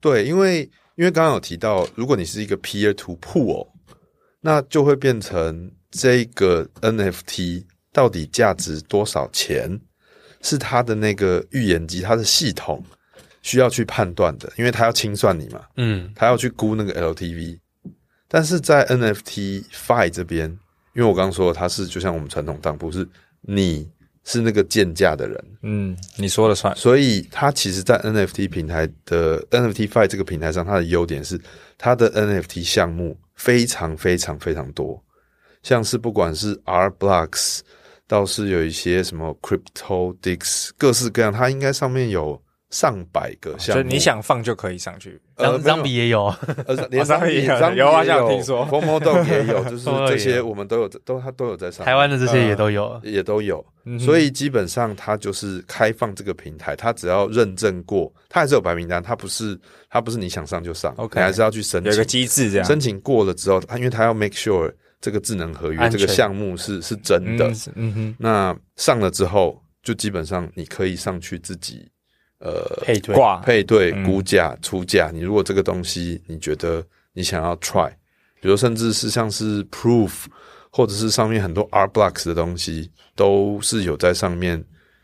[SPEAKER 1] 对，因为因为刚刚有提到，如果你是一个 peer to pool，那就会变成这个 NFT 到底价值多少钱，是它的那个预言机，它的系统需要去判断的，因为它要清算你嘛，
[SPEAKER 4] 嗯，
[SPEAKER 1] 它要去估那个 LTV。但是在 NFT Fi 这边，因为我刚刚说它是就像我们传统当铺，是你是那个贱价的人，
[SPEAKER 3] 嗯，你说了算。
[SPEAKER 1] 所以它其实，在 NFT 平台的 NFT Fi 这个平台上，它的优点是它的 NFT 项目非常非常非常多，像是不管是 R Blocks，倒是有一些什么 Crypto Dix，各式各样，它应该上面有上百个项
[SPEAKER 3] 哦所
[SPEAKER 1] 目。
[SPEAKER 3] 以你想放就可以上去，
[SPEAKER 1] 呃，没
[SPEAKER 4] 张
[SPEAKER 1] 有
[SPEAKER 4] 张比也有，
[SPEAKER 1] 呃，连
[SPEAKER 3] 哦张
[SPEAKER 1] 张比
[SPEAKER 3] 比有
[SPEAKER 1] 张比
[SPEAKER 3] 有啊
[SPEAKER 1] 也
[SPEAKER 3] 像
[SPEAKER 1] 有
[SPEAKER 3] 听说哦
[SPEAKER 1] f o m o d o 也有， 就是
[SPEAKER 4] Fomo
[SPEAKER 1] 这
[SPEAKER 4] 也
[SPEAKER 1] 些
[SPEAKER 4] 有
[SPEAKER 1] 我们都有，都它都有在上面。
[SPEAKER 4] 台湾的这些也都有。
[SPEAKER 1] 也都有，
[SPEAKER 3] 嗯
[SPEAKER 1] 所以基本上它就是开放这个平台，它只要认证过，它还是有白名单，它不是它不是你想上就上
[SPEAKER 3] OK
[SPEAKER 1] 你还是要去申
[SPEAKER 3] 有一个
[SPEAKER 1] 请。
[SPEAKER 3] 机制这样。
[SPEAKER 1] 申请过了之后，它因为它要 make sure 这个智能合约
[SPEAKER 4] 安
[SPEAKER 1] 这
[SPEAKER 4] 全
[SPEAKER 1] 个项目是是真的，
[SPEAKER 3] 嗯嗯哼。
[SPEAKER 1] 那上了之后，就基本上你可以上去自己呃
[SPEAKER 4] 配对
[SPEAKER 3] 挂
[SPEAKER 1] 配对、
[SPEAKER 3] 嗯
[SPEAKER 1] 估价、出价。你如果这个东西你觉得你想要 try，比如甚至是像是 proof，或者是上面很多 R blocks 的东西，都是有在上面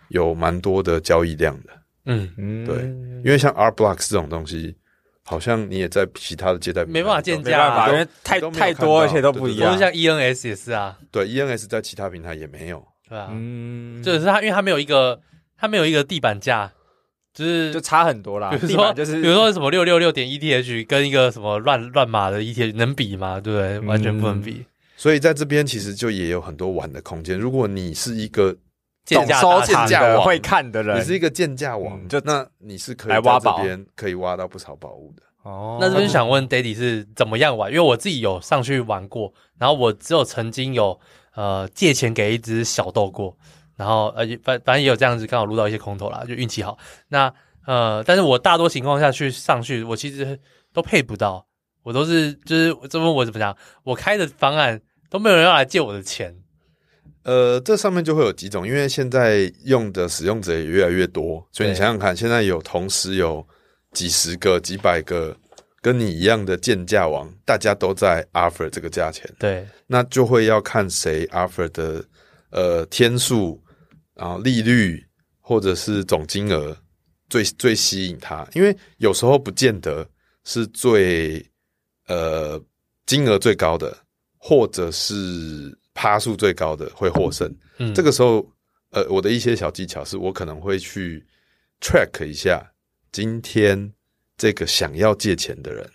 [SPEAKER 1] 有蛮多的交易量的。
[SPEAKER 4] 嗯，
[SPEAKER 3] 嗯
[SPEAKER 1] 对因为像 R blocks 这种东西，好像你也在其他的借贷平台
[SPEAKER 4] 没办法
[SPEAKER 1] 都
[SPEAKER 4] 见
[SPEAKER 3] 没
[SPEAKER 4] 价
[SPEAKER 3] 办
[SPEAKER 4] 啊
[SPEAKER 3] 法，
[SPEAKER 1] 都
[SPEAKER 3] 因为太
[SPEAKER 1] 都没有
[SPEAKER 3] 太
[SPEAKER 1] 看到
[SPEAKER 3] 多，而且都不一
[SPEAKER 4] 或
[SPEAKER 3] 样
[SPEAKER 4] 者。像 ENS 也是啊，
[SPEAKER 1] 对 ENS 在其他平台也没有。
[SPEAKER 4] 对啊，
[SPEAKER 3] 嗯，
[SPEAKER 4] 就是它，因为它没有一个它没有一个地板价，就是
[SPEAKER 3] 就差很多啦。
[SPEAKER 4] 比如
[SPEAKER 3] 地
[SPEAKER 4] 说
[SPEAKER 3] 板就是
[SPEAKER 4] 比如说什么六六六点 ETH 跟一个什么乱乱码的 ETH 能比吗？对不对？完全不能比。
[SPEAKER 1] 所以在这边其实就也有很多玩的空间。如果你是一个
[SPEAKER 4] 贱
[SPEAKER 3] 懂
[SPEAKER 4] 价
[SPEAKER 3] 收
[SPEAKER 4] 大厂
[SPEAKER 3] 藏
[SPEAKER 1] 贱价
[SPEAKER 3] 的
[SPEAKER 1] 网
[SPEAKER 3] 会看的
[SPEAKER 1] 你
[SPEAKER 3] 人
[SPEAKER 1] 是一个贱价王，
[SPEAKER 3] 嗯就
[SPEAKER 1] 那你是可以
[SPEAKER 3] 来挖
[SPEAKER 1] 在
[SPEAKER 3] 宝
[SPEAKER 1] 这边可以挖到不少宝物的。
[SPEAKER 3] 哦
[SPEAKER 4] 那这边想问 Daddy 是怎么样玩？因为我自己有上去玩过，然后我只有曾经有呃借钱给一只小豆过，然后呃也反反正也有这样子，刚好撸到一些空头啦，就运气好。那呃，但是我大多情况下去上去，我其实都配不到，我都是就是这问我怎么讲，我开的方案都没有人要来借我的钱。
[SPEAKER 1] 呃，这上面就会有几种，因为现在用的使用者也越来越多，所以你
[SPEAKER 4] 对
[SPEAKER 1] 想想看，现在有同时有几十个、几百个跟你一样的贱价王，大家都在 offer 这个价钱，
[SPEAKER 4] 对，
[SPEAKER 1] 那就会要看谁 offer 的呃天数，然后利率或者是总金额最最吸引他，因为有时候不见得是最呃金额最高的，或者是趴数最高的会获胜。
[SPEAKER 4] 嗯，
[SPEAKER 1] 这个时候，呃，我的一些小技巧是我可能会去 track 一下今天这个想要借钱的人，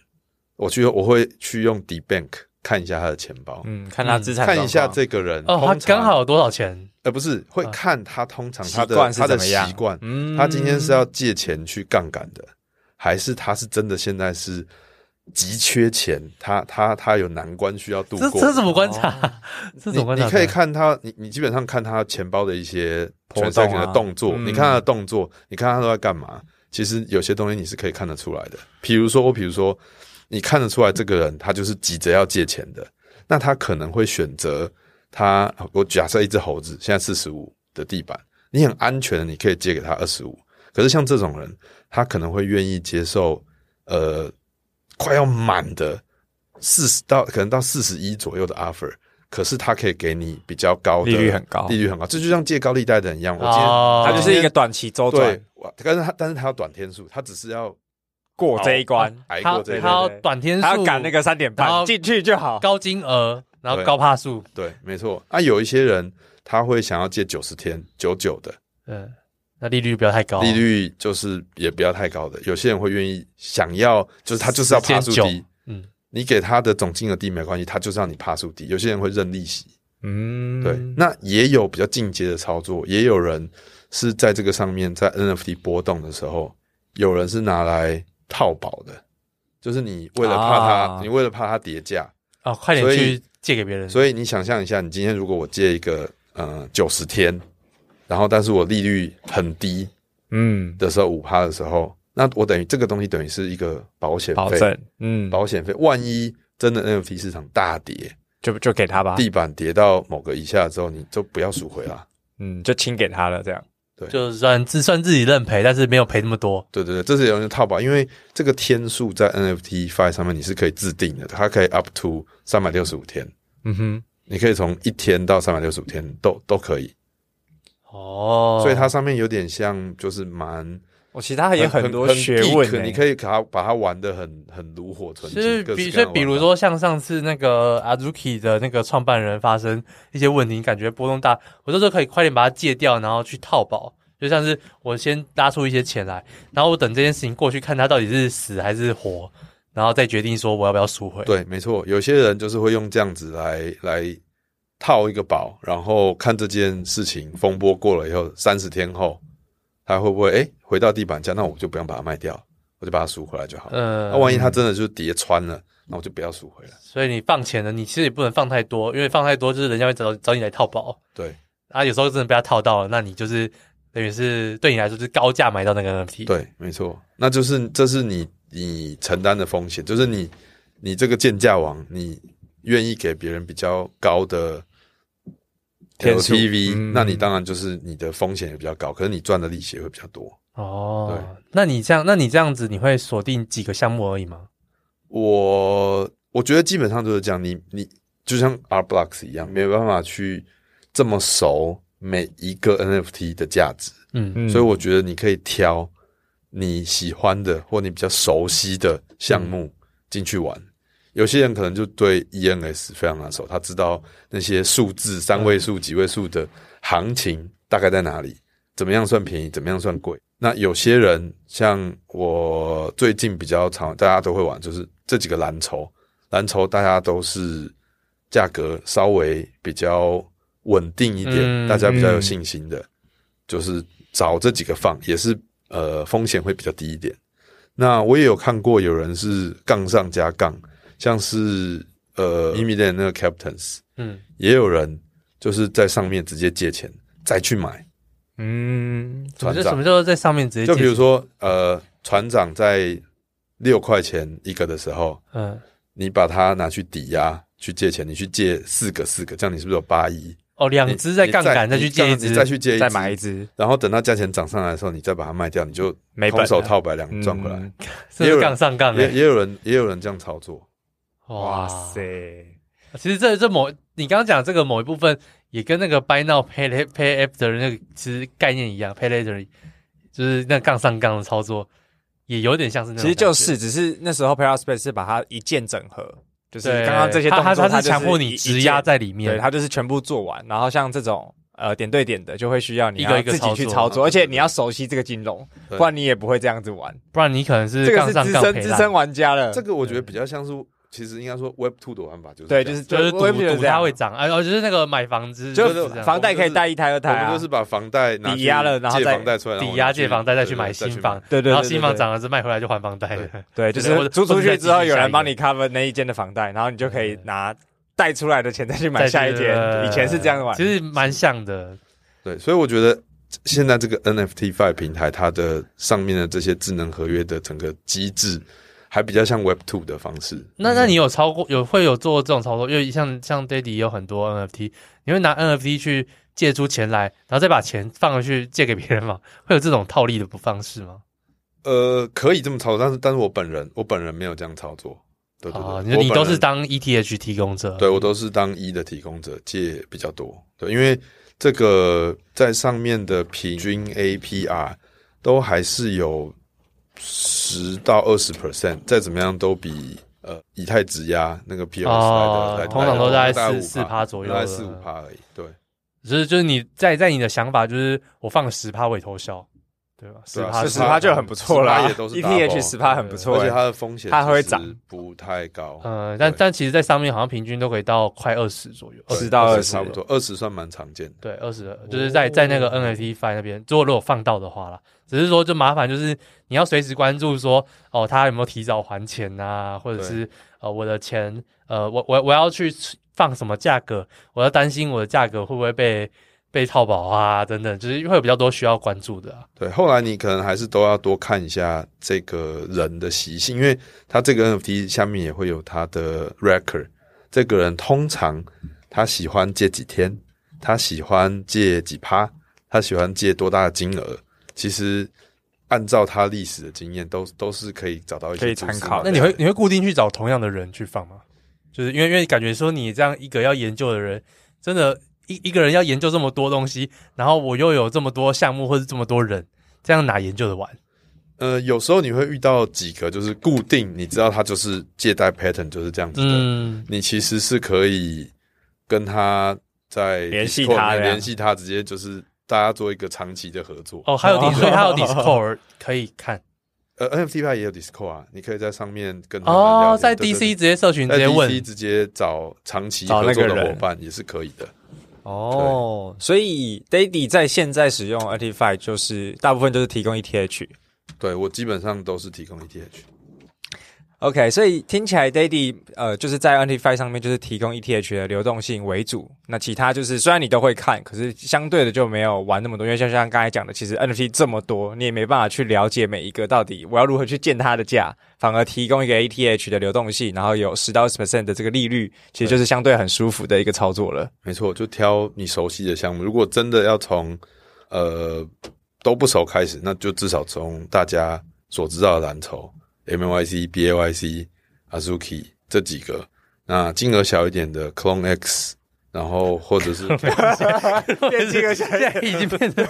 [SPEAKER 1] 我去我会去用 DBank 看一下他的钱包，
[SPEAKER 3] 嗯，看他资产状
[SPEAKER 1] 看
[SPEAKER 3] 况
[SPEAKER 1] 一下这个人
[SPEAKER 4] 哦，他
[SPEAKER 1] 通常
[SPEAKER 4] 刚好有多少钱？
[SPEAKER 1] 呃不是会
[SPEAKER 4] 啊
[SPEAKER 1] 看他通常他
[SPEAKER 3] 习惯
[SPEAKER 1] 的
[SPEAKER 3] 是
[SPEAKER 1] 他的
[SPEAKER 3] 怎么样
[SPEAKER 1] 习惯，
[SPEAKER 3] 嗯
[SPEAKER 1] 他今天是要借钱去杠杆的，还是他是真的现在是急缺钱，他他他有难关需要度
[SPEAKER 4] 这
[SPEAKER 1] 过？
[SPEAKER 4] 这怎么观察？这
[SPEAKER 1] 你
[SPEAKER 4] 怎么观察？
[SPEAKER 1] 你可以看他，你你基本上看他钱包的一些
[SPEAKER 3] 波动啊
[SPEAKER 1] transaction 的动作，
[SPEAKER 3] 嗯
[SPEAKER 1] 你看他的动作，你看他都在干嘛。其实有些东西你是可以看得出来的，比如说，比如说，你看得出来这个人他就是急着要借钱的，那他可能会选择他，我假设一只猴子现在四十五的地板，你很安全的，你可以借给他二十五。可是像这种人，他可能会愿意接受，呃，快要满的四十到可能到四十一左右的 offer，可是他可以给你比较高的
[SPEAKER 3] 利率很高
[SPEAKER 1] 利率很高，这就像借高利贷的人一样。我今天、
[SPEAKER 4] 哦
[SPEAKER 3] 他就是一个短期周
[SPEAKER 1] 对
[SPEAKER 3] 转，
[SPEAKER 1] 我但是他但是他要短天数，他只是要
[SPEAKER 3] 过这一关，
[SPEAKER 1] 挨
[SPEAKER 4] 他
[SPEAKER 1] 过这一
[SPEAKER 4] 他
[SPEAKER 3] 对对
[SPEAKER 1] 关，
[SPEAKER 4] 要短天
[SPEAKER 3] 他
[SPEAKER 4] 数，
[SPEAKER 3] 要赶那个三点
[SPEAKER 4] 然
[SPEAKER 3] 半
[SPEAKER 4] 后
[SPEAKER 3] 进去就好。
[SPEAKER 4] 高金额，然后
[SPEAKER 1] 对
[SPEAKER 4] 高帕数，
[SPEAKER 1] 对，没错。啊，有一些人他会想要借九十天九九的
[SPEAKER 4] 嗯，那利率不要太高，
[SPEAKER 1] 利率，就是也不要太高的。有些人会愿意想要，就是他就是要
[SPEAKER 4] 时间
[SPEAKER 1] 趴数
[SPEAKER 4] 久
[SPEAKER 1] 低，
[SPEAKER 4] 嗯，
[SPEAKER 1] 你给他的总金额低没关系，他就是让你趴数低。有些人会认利息，
[SPEAKER 3] 嗯
[SPEAKER 1] 对，那也有比较进阶的操作，也有人是在这个上面，在 NFT 波动的时候，有人是拿来套保的，就是你为了怕它，
[SPEAKER 3] 啊
[SPEAKER 1] 你为了怕它跌价，
[SPEAKER 4] 哦，快点
[SPEAKER 1] 所以
[SPEAKER 4] 去借给别人，
[SPEAKER 1] 所以你想象一下，你今天如果我借一个呃九十天，然后但是我利率很低
[SPEAKER 3] 嗯，
[SPEAKER 1] 的时候，五趴的时候，那我等于这个东西等于是一个保险
[SPEAKER 3] 保
[SPEAKER 1] 费，
[SPEAKER 3] 证，嗯，
[SPEAKER 1] 保险费，万一真的 NFT 市场大跌，
[SPEAKER 3] 就就给他吧，
[SPEAKER 1] 地板跌到某个以下之后，你就不要赎回啦。
[SPEAKER 3] 嗯，就清给他了，这样。
[SPEAKER 4] 就算自算自己认赔，但是没有赔那么多，
[SPEAKER 1] 对对对，这是有人套保，因为这个天数在 NFT Fi 上面你是可以制定的，它可以 up to 三百六十五天，
[SPEAKER 3] 嗯哼，
[SPEAKER 1] 你可以从一天到三百六十五天都都可以，
[SPEAKER 4] 哦，
[SPEAKER 1] 所以它上面有点像就是蛮
[SPEAKER 3] 我其他也很多学问
[SPEAKER 1] geek，
[SPEAKER 3] 欸，
[SPEAKER 1] 你可以把它把它玩的很很炉火纯
[SPEAKER 4] 就
[SPEAKER 1] 青。
[SPEAKER 4] 是
[SPEAKER 1] 各式各
[SPEAKER 4] 比所
[SPEAKER 1] 样的
[SPEAKER 4] 以
[SPEAKER 1] 玩法
[SPEAKER 4] 比如，说像上次那个 Azuki 的那个创办人发生一些问题，感觉波动大，我这时候可以快点把它戒掉，然后去套保。就像是我先拉出一些钱来，然后我等这件事情过去，看它到底是死还是活，然后再决定说我要不要赎回。
[SPEAKER 1] 对，没错，有些人就是会用这样子来来套一个保，然后看这件事情风波过了以后，三十天后，他会不会哎回到地板价？那我就不用把它卖掉，我就把它赎回来就好了。
[SPEAKER 4] 呃，
[SPEAKER 1] 那万一它真的就是叠穿了，那我就不要赎回来。
[SPEAKER 4] 所以你放钱了，你其实也不能放太多，因为放太多就是人家会找找你来套保
[SPEAKER 1] 对
[SPEAKER 4] 啊。有时候真的被他套到了，那你就是等于是对你来说就是高价买到那个 NFT。，
[SPEAKER 1] 对，没错，那就是这是你你承担的风险，就是你你这个贱价王，你愿意给别人比较高的
[SPEAKER 3] 天数
[SPEAKER 1] LTV，、
[SPEAKER 3] 嗯
[SPEAKER 1] 那你当然就是你的风险也比较高，可是你赚的利息也会比较多。
[SPEAKER 4] 哦，
[SPEAKER 1] 对
[SPEAKER 4] 那你这样，那你这样子，你会锁定几个项目而已吗？
[SPEAKER 1] 我我觉得基本上就是这样，你你就像 R Blocks 一样，没有办法去这么熟每一个 NFT 的价值。
[SPEAKER 4] 嗯，
[SPEAKER 3] 嗯
[SPEAKER 1] 所以我觉得你可以挑你喜欢的或你比较熟悉的项目进去玩。有些人可能就对 ENS 非常拿手，他知道那些数字、三位数、几位数的行情大概在哪里，怎么样算便宜，怎么样算贵。那有些人像我最近比较常大家都会玩，就是这几个蓝筹，蓝筹大家都是价格稍微比较稳定一点，
[SPEAKER 4] 嗯
[SPEAKER 1] 大家比较有信心的。就是找这几个放，也是呃风险会比较低一点。那我也有看过有人是杠上加杠，像是呃 i m i d a n 那个 Captains，
[SPEAKER 4] 嗯，
[SPEAKER 1] 也有人就是在上面直接借钱再去买
[SPEAKER 3] 嗯，
[SPEAKER 4] 什么
[SPEAKER 1] 船
[SPEAKER 4] 叫什
[SPEAKER 1] 长，
[SPEAKER 4] 么叫做在上面直接
[SPEAKER 1] 就比如
[SPEAKER 4] 借
[SPEAKER 1] 说呃船长在六块钱一个的时候，
[SPEAKER 4] 嗯，
[SPEAKER 1] 你把它拿去抵押去借钱，你去借四个四个，这样你是不是有八亿？
[SPEAKER 4] 哦，两只在杠杆再去借一
[SPEAKER 1] 你
[SPEAKER 4] 只，
[SPEAKER 1] 再去借一
[SPEAKER 3] 再
[SPEAKER 1] 只
[SPEAKER 3] 买一只
[SPEAKER 1] 然后等到价钱涨上来的时候，你再把它卖掉，你就
[SPEAKER 3] 没本
[SPEAKER 1] 空
[SPEAKER 4] 啊
[SPEAKER 3] 了
[SPEAKER 1] 手套白狼赚回来。
[SPEAKER 3] 嗯
[SPEAKER 4] 这是杠上杠
[SPEAKER 1] 也
[SPEAKER 4] 欸
[SPEAKER 1] 也有人也有人这样操作，
[SPEAKER 3] 哇
[SPEAKER 4] 哇
[SPEAKER 3] 塞
[SPEAKER 4] 塞！！其实这这某你刚刚讲这个某一部分也跟那个 buy now pay la- pay after 那个其实概念一样，pay later 就是那杠上杠的操作也有点像是那种
[SPEAKER 3] 其
[SPEAKER 4] 感
[SPEAKER 3] 实就
[SPEAKER 4] 觉，
[SPEAKER 3] 是，只是那时候 p a r a s p a c e 是把它一键整合，就是
[SPEAKER 4] 对
[SPEAKER 3] 刚刚这些动
[SPEAKER 4] 他
[SPEAKER 3] 作，
[SPEAKER 4] 他
[SPEAKER 3] 它
[SPEAKER 4] 他
[SPEAKER 3] 就是
[SPEAKER 4] 强迫
[SPEAKER 3] 一
[SPEAKER 4] 你质押，在里
[SPEAKER 3] 一键对，
[SPEAKER 4] 面，
[SPEAKER 3] 它就是全部做完。然后像这种呃点对点的，就会需要你
[SPEAKER 4] 一个
[SPEAKER 3] 要
[SPEAKER 4] 一个
[SPEAKER 3] 自己去
[SPEAKER 4] 操作嗯
[SPEAKER 3] 操作，而
[SPEAKER 1] 对
[SPEAKER 3] 且
[SPEAKER 1] 对
[SPEAKER 3] 你要熟悉这个金融，
[SPEAKER 1] 对
[SPEAKER 3] 不然你也不会这样子玩。
[SPEAKER 4] 不然你可能是
[SPEAKER 3] 这个
[SPEAKER 4] 杠
[SPEAKER 3] 是
[SPEAKER 4] 上
[SPEAKER 3] 资
[SPEAKER 4] 杠
[SPEAKER 3] 深
[SPEAKER 4] 赔
[SPEAKER 3] 资
[SPEAKER 4] 啦
[SPEAKER 3] 深玩家
[SPEAKER 4] 嗯
[SPEAKER 3] 了，
[SPEAKER 1] 这个我觉得比较像是，其实应该说 Web Two 的玩法就是
[SPEAKER 3] 对，
[SPEAKER 1] 这
[SPEAKER 3] 就
[SPEAKER 1] 样
[SPEAKER 3] 是
[SPEAKER 4] 就是
[SPEAKER 3] 我也觉得
[SPEAKER 4] 赌赌
[SPEAKER 3] 这样
[SPEAKER 4] 它会涨，哎哦，就是那个买房子
[SPEAKER 3] 就是
[SPEAKER 4] 这样
[SPEAKER 3] 房贷可以贷一胎二胎
[SPEAKER 1] 我
[SPEAKER 3] 啊
[SPEAKER 1] 们就是把房贷拿去
[SPEAKER 3] 抵押了然后
[SPEAKER 1] 借
[SPEAKER 3] 再
[SPEAKER 1] 房贷出来，然后
[SPEAKER 4] 抵押
[SPEAKER 1] 拿去
[SPEAKER 4] 借房贷再去
[SPEAKER 1] 对
[SPEAKER 4] 买
[SPEAKER 1] 对再
[SPEAKER 4] 新房，
[SPEAKER 3] 对对对
[SPEAKER 4] 然后新房
[SPEAKER 3] 对对
[SPEAKER 4] 涨了是卖回来就还房贷的，
[SPEAKER 3] 对，就
[SPEAKER 4] 对或
[SPEAKER 3] 是
[SPEAKER 4] 者
[SPEAKER 3] 租出去之后，有人帮
[SPEAKER 4] 或者再继续下一
[SPEAKER 3] 你 cover 那一间的房贷，然后你就可以拿贷出来的钱再去买下一间
[SPEAKER 4] 再。去
[SPEAKER 3] 以前是这样玩，
[SPEAKER 4] 其实蛮像的，
[SPEAKER 1] 对，所以我觉得现在这个 NFT Five 平台，它的上面的这些智能合约的整个机制，还比较像 Web Two 的方式。
[SPEAKER 4] 那那你有超过有会有做这种操作？因为像像 Daddy 也有很多 NFT，你会拿 NFT 去借出钱来，然后再把钱放回去借给别人吗？ 会有这种套利的不方式吗？
[SPEAKER 1] 呃，可以这么操作，但是但是我本人我本人没有这样操作。对对对，
[SPEAKER 4] 啊，
[SPEAKER 1] 我
[SPEAKER 4] 你说你
[SPEAKER 1] 本
[SPEAKER 4] 都
[SPEAKER 1] 人
[SPEAKER 4] 是当 ETH 提供者，
[SPEAKER 1] 对我都是当一的提供者，借比较多。对，因为这个在上面的平均 APR 都还是有十到二十 percent，再怎么样都比呃以太质押那个 POS
[SPEAKER 4] 哦
[SPEAKER 1] 来的来
[SPEAKER 4] 通常都
[SPEAKER 1] 来
[SPEAKER 4] 大
[SPEAKER 1] 的
[SPEAKER 4] 概四
[SPEAKER 1] 大概
[SPEAKER 4] 4%左右
[SPEAKER 1] 大概
[SPEAKER 4] 了
[SPEAKER 1] 四五趴而已。对，
[SPEAKER 4] 只是就是你在在你的想法就是我放十趴我也偷笑，对吧？十
[SPEAKER 1] 对啊
[SPEAKER 4] 趴
[SPEAKER 3] 十趴就很不错啊
[SPEAKER 1] 10%
[SPEAKER 3] 啦，
[SPEAKER 1] 也都是
[SPEAKER 3] ETH 十
[SPEAKER 1] double
[SPEAKER 3] 趴很不错
[SPEAKER 1] 而且
[SPEAKER 3] 欸，
[SPEAKER 1] 它的风险
[SPEAKER 3] 它还会
[SPEAKER 1] 其实
[SPEAKER 3] 涨
[SPEAKER 1] 不太高。
[SPEAKER 4] 呃，但
[SPEAKER 1] 对
[SPEAKER 4] 但其实，在上面好像平均都可以到快二十左右，
[SPEAKER 1] 对
[SPEAKER 3] 10到20
[SPEAKER 1] 差不多，二十算蛮常见的。
[SPEAKER 4] 对，二十就是在在那个 NFT Five 那边，如果如果放到的话啦，只是说就麻烦就是你要随时关注说哦，他有没有提早还钱啊，或者
[SPEAKER 1] 对
[SPEAKER 4] 是呃我的钱呃我我我要去放什么价格，我要担心我的价格会不会被被套保啊等等，就是会有比较多需要关注的、啊。
[SPEAKER 1] 对，后来你可能还是都要多看一下这个人的习性，因为他这个 NFT 下面也会有他的 record。这个人通常他喜欢借几天，他喜欢借几趴，他喜欢借多大的金额，其实按照他历史的经验，都都是可以找到一些
[SPEAKER 3] 可以
[SPEAKER 1] 蛛丝
[SPEAKER 3] 参考
[SPEAKER 1] 马
[SPEAKER 3] 的
[SPEAKER 4] 那
[SPEAKER 1] 迹
[SPEAKER 4] 你会你会固定去找同样的人去放吗？就是因为因为感觉说你这样一个要研究的人，真的，一一个人要研究这么多东西，然后我又有这么多项目或者这么多人，这样哪研究的完？
[SPEAKER 1] 呃，有时候你会遇到几个就是固定，你知道他就是借贷 pattern 就是这样子的，
[SPEAKER 4] 嗯，
[SPEAKER 1] 你其实是可以跟他在
[SPEAKER 3] 联系
[SPEAKER 1] Discord
[SPEAKER 3] 他
[SPEAKER 1] 里面
[SPEAKER 3] 这样
[SPEAKER 1] 联系他，直接就是大家做一个长期的合作。
[SPEAKER 4] 哦，还有 Dis，所以还有 Discord 可以看
[SPEAKER 1] 呃，NFT 派也有 Discord 啊，你可以在上面跟他们聊
[SPEAKER 4] 哦，
[SPEAKER 1] 天
[SPEAKER 4] 在
[SPEAKER 1] 对
[SPEAKER 4] DC
[SPEAKER 1] 对
[SPEAKER 4] 直接社群直
[SPEAKER 1] 在
[SPEAKER 4] 接
[SPEAKER 1] DC
[SPEAKER 4] 问，
[SPEAKER 1] 直接找长期
[SPEAKER 3] 找
[SPEAKER 1] 合
[SPEAKER 3] 那个
[SPEAKER 1] 作的伙
[SPEAKER 3] 人
[SPEAKER 1] 伴也是可以的。
[SPEAKER 3] 哦，所以 Daddy 在现在使用 Artify 就是大部分就是提供 E ETH。
[SPEAKER 1] 对我基本上都是提供 E ETH，
[SPEAKER 3] OK，所以听起来 Daddy 呃就是在 Artify 上面就是提供 ETH 的流动性为主，那其他就是虽然你都会看，可是相对的就没有玩那么多，因为像像刚才讲的，其实 NFT 这么多，你也没办法去了解每一个到底我要如何去建它的价，反而提供一个 ETH 的流动性，然后有十到二十 percent 的这个利率，其实就是相对很舒服的一个操作了。
[SPEAKER 1] 没错，就挑你熟悉的项目。如果真的要从呃都不熟开始，那就至少从大家所知道的蓝筹 MYC、BAYC、Azuki 这几个，那金额小一点的 Clone X，然后或者是
[SPEAKER 3] 变这 个
[SPEAKER 4] 现在已经变成，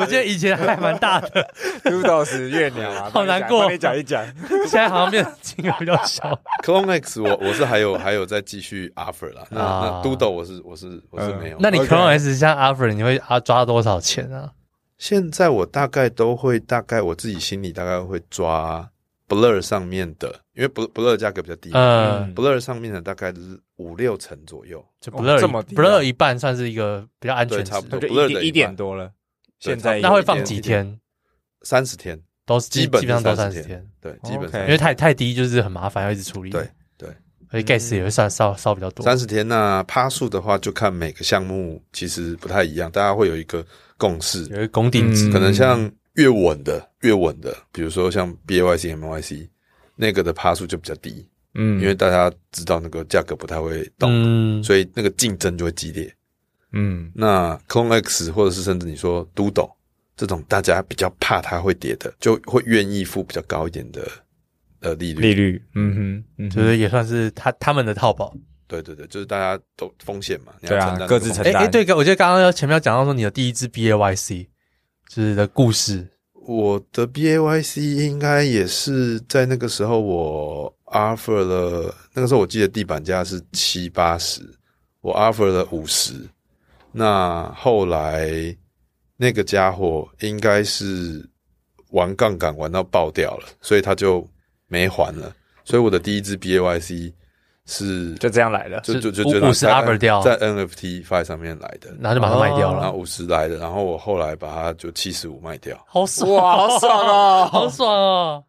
[SPEAKER 4] 我记得以前还蛮大的，
[SPEAKER 3] Doodles 月鸟啊，
[SPEAKER 4] 好难过
[SPEAKER 3] 帮你讲一讲。
[SPEAKER 4] 现在好像变得金额比较小。
[SPEAKER 1] Clone X，我我是还有还有在继续 offer 啦。那
[SPEAKER 4] 啊
[SPEAKER 1] 那 Doodle 我是我是我是
[SPEAKER 3] 嗯
[SPEAKER 1] 没有。
[SPEAKER 4] 那你
[SPEAKER 3] OK
[SPEAKER 4] Clone S 像 a f r 你会啊抓多少钱啊？
[SPEAKER 1] 现在我大概都会，大概我自己心里大概会抓 Blur 上面的，因为 Blur Blur 价格比较低嘛。
[SPEAKER 3] 呃
[SPEAKER 4] 嗯，
[SPEAKER 1] Blur 上面的大概就是五六成左右，
[SPEAKER 4] 就
[SPEAKER 3] 哦
[SPEAKER 4] Blur
[SPEAKER 3] 这么
[SPEAKER 4] 一
[SPEAKER 3] 低啊
[SPEAKER 4] Blur 一半算是一个比较安全
[SPEAKER 1] 对，
[SPEAKER 4] 值
[SPEAKER 1] 差不多
[SPEAKER 3] 就
[SPEAKER 1] Blur
[SPEAKER 3] 一
[SPEAKER 1] 的
[SPEAKER 3] 点一点多了，
[SPEAKER 1] 对
[SPEAKER 3] 现在
[SPEAKER 1] 差不多
[SPEAKER 4] 那会放
[SPEAKER 1] 一点
[SPEAKER 4] 几天？
[SPEAKER 1] 三十天，
[SPEAKER 4] 都是
[SPEAKER 1] 基本
[SPEAKER 4] 基本上都三
[SPEAKER 1] 三
[SPEAKER 4] 十
[SPEAKER 1] 天
[SPEAKER 4] 天，，
[SPEAKER 1] 对，基本
[SPEAKER 3] OK
[SPEAKER 4] 因
[SPEAKER 1] 上
[SPEAKER 4] 为太太低就是很麻烦，要一直处理。
[SPEAKER 1] 对对，嗯
[SPEAKER 4] 而且 gas 也会算烧烧比较多。
[SPEAKER 1] 三十天。那趴数的话，就看每个项目其实不太一样，大家会有一个共识，
[SPEAKER 4] 有一个拱顶值
[SPEAKER 3] 嗯
[SPEAKER 1] 可能像越稳的越稳的，比如说像 BYC、MYC 那个的趴数就比较低，
[SPEAKER 3] 嗯
[SPEAKER 1] 因为大家知道那个价格不太会动，
[SPEAKER 4] 嗯，
[SPEAKER 1] 所以那个竞争就会激烈。
[SPEAKER 3] 嗯
[SPEAKER 1] 那 Clone X 或者是甚至你说 Doodle 这种大家比较怕它会跌的，就会愿意付比较高一点的呃利率。
[SPEAKER 3] 利率，嗯哼，嗯哼
[SPEAKER 4] 就是也算是他他们的套保。
[SPEAKER 1] 对对对，就是大家都风险嘛，你要
[SPEAKER 3] 对啊
[SPEAKER 1] 承担这个
[SPEAKER 3] 各自
[SPEAKER 1] 风险
[SPEAKER 3] 承
[SPEAKER 4] 哎
[SPEAKER 3] 很难
[SPEAKER 4] 哎，对，我觉得刚刚要前面要讲到说你的第一支 BAYC 就是的故事，
[SPEAKER 1] 我的 BAYC 应该也是在那个时候，我 offer 了，那个时候我记得地板价是七八十，我 offer 了五十。那后来那个家伙应该是玩杠杆玩到爆掉了，所以他就没还了。所以我的第一支 BAYC 是
[SPEAKER 3] 就这样来的。
[SPEAKER 1] 就就就
[SPEAKER 4] 五
[SPEAKER 1] 就
[SPEAKER 4] 50
[SPEAKER 1] 在
[SPEAKER 4] offer 掉
[SPEAKER 1] 在 NFT Five 上面来的，哦
[SPEAKER 4] 然后就马上卖掉
[SPEAKER 1] 然后
[SPEAKER 4] 了，
[SPEAKER 1] 五十来的，然后我后来把它就七十五卖掉。
[SPEAKER 4] 好爽
[SPEAKER 3] 哇好爽哦
[SPEAKER 4] 好爽哦！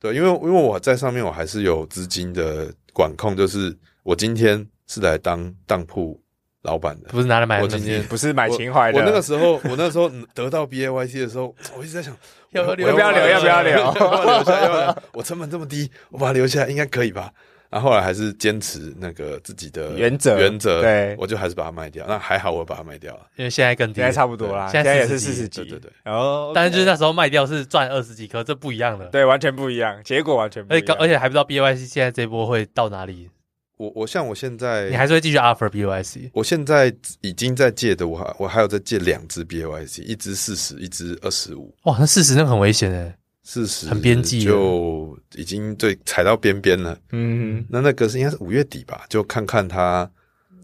[SPEAKER 1] 对，因为因为我在上面我还是有资金的管控，就是我今天是来当当铺老板的。
[SPEAKER 4] 不是拿来买
[SPEAKER 1] 我
[SPEAKER 4] NFT，
[SPEAKER 1] 今天
[SPEAKER 3] 不是买情怀的，
[SPEAKER 1] 我那个时候，我那时候嗯得到 BAYC 的时候，我一直在想，
[SPEAKER 4] 要不
[SPEAKER 1] 我
[SPEAKER 4] 要留
[SPEAKER 1] 我
[SPEAKER 4] 要不要留
[SPEAKER 3] 要不
[SPEAKER 1] 要不要留下？要不要留下？我成本这么低，我把它留下来应该可以吧？然后后来还是坚持那个自己的
[SPEAKER 3] 原则
[SPEAKER 1] 原则，
[SPEAKER 3] 对
[SPEAKER 1] 我就还是把它卖掉。那还好，我把它卖掉了。
[SPEAKER 4] 因为现在更低
[SPEAKER 3] 应，该差不多啦，
[SPEAKER 4] 现
[SPEAKER 3] 现
[SPEAKER 4] 在
[SPEAKER 3] 在也是
[SPEAKER 4] 40
[SPEAKER 3] 四
[SPEAKER 4] 几
[SPEAKER 3] 十
[SPEAKER 1] 对
[SPEAKER 3] 几，
[SPEAKER 1] 对对。
[SPEAKER 3] 哦，
[SPEAKER 4] 但是就是
[SPEAKER 3] OK
[SPEAKER 4] 那时候卖掉是赚二十几颗，这不一样的。
[SPEAKER 3] 对，完全不一样，结果完全不一
[SPEAKER 4] 而且
[SPEAKER 3] 样
[SPEAKER 4] 刚，而且还不知道 BYC 现在这波会到哪里，
[SPEAKER 1] 我我像我现在，
[SPEAKER 4] 你还是会继续 offer BYC。
[SPEAKER 1] 我现在已经在借的，我还我还有在借两只 BAYC，一只四十，一只二十五。
[SPEAKER 4] 哇，那四十那个很危险哎，
[SPEAKER 1] 四十
[SPEAKER 4] 很边际了
[SPEAKER 1] 就已经对踩到边边了。
[SPEAKER 3] 嗯，
[SPEAKER 1] 那那个是应该是五月底吧，就看看他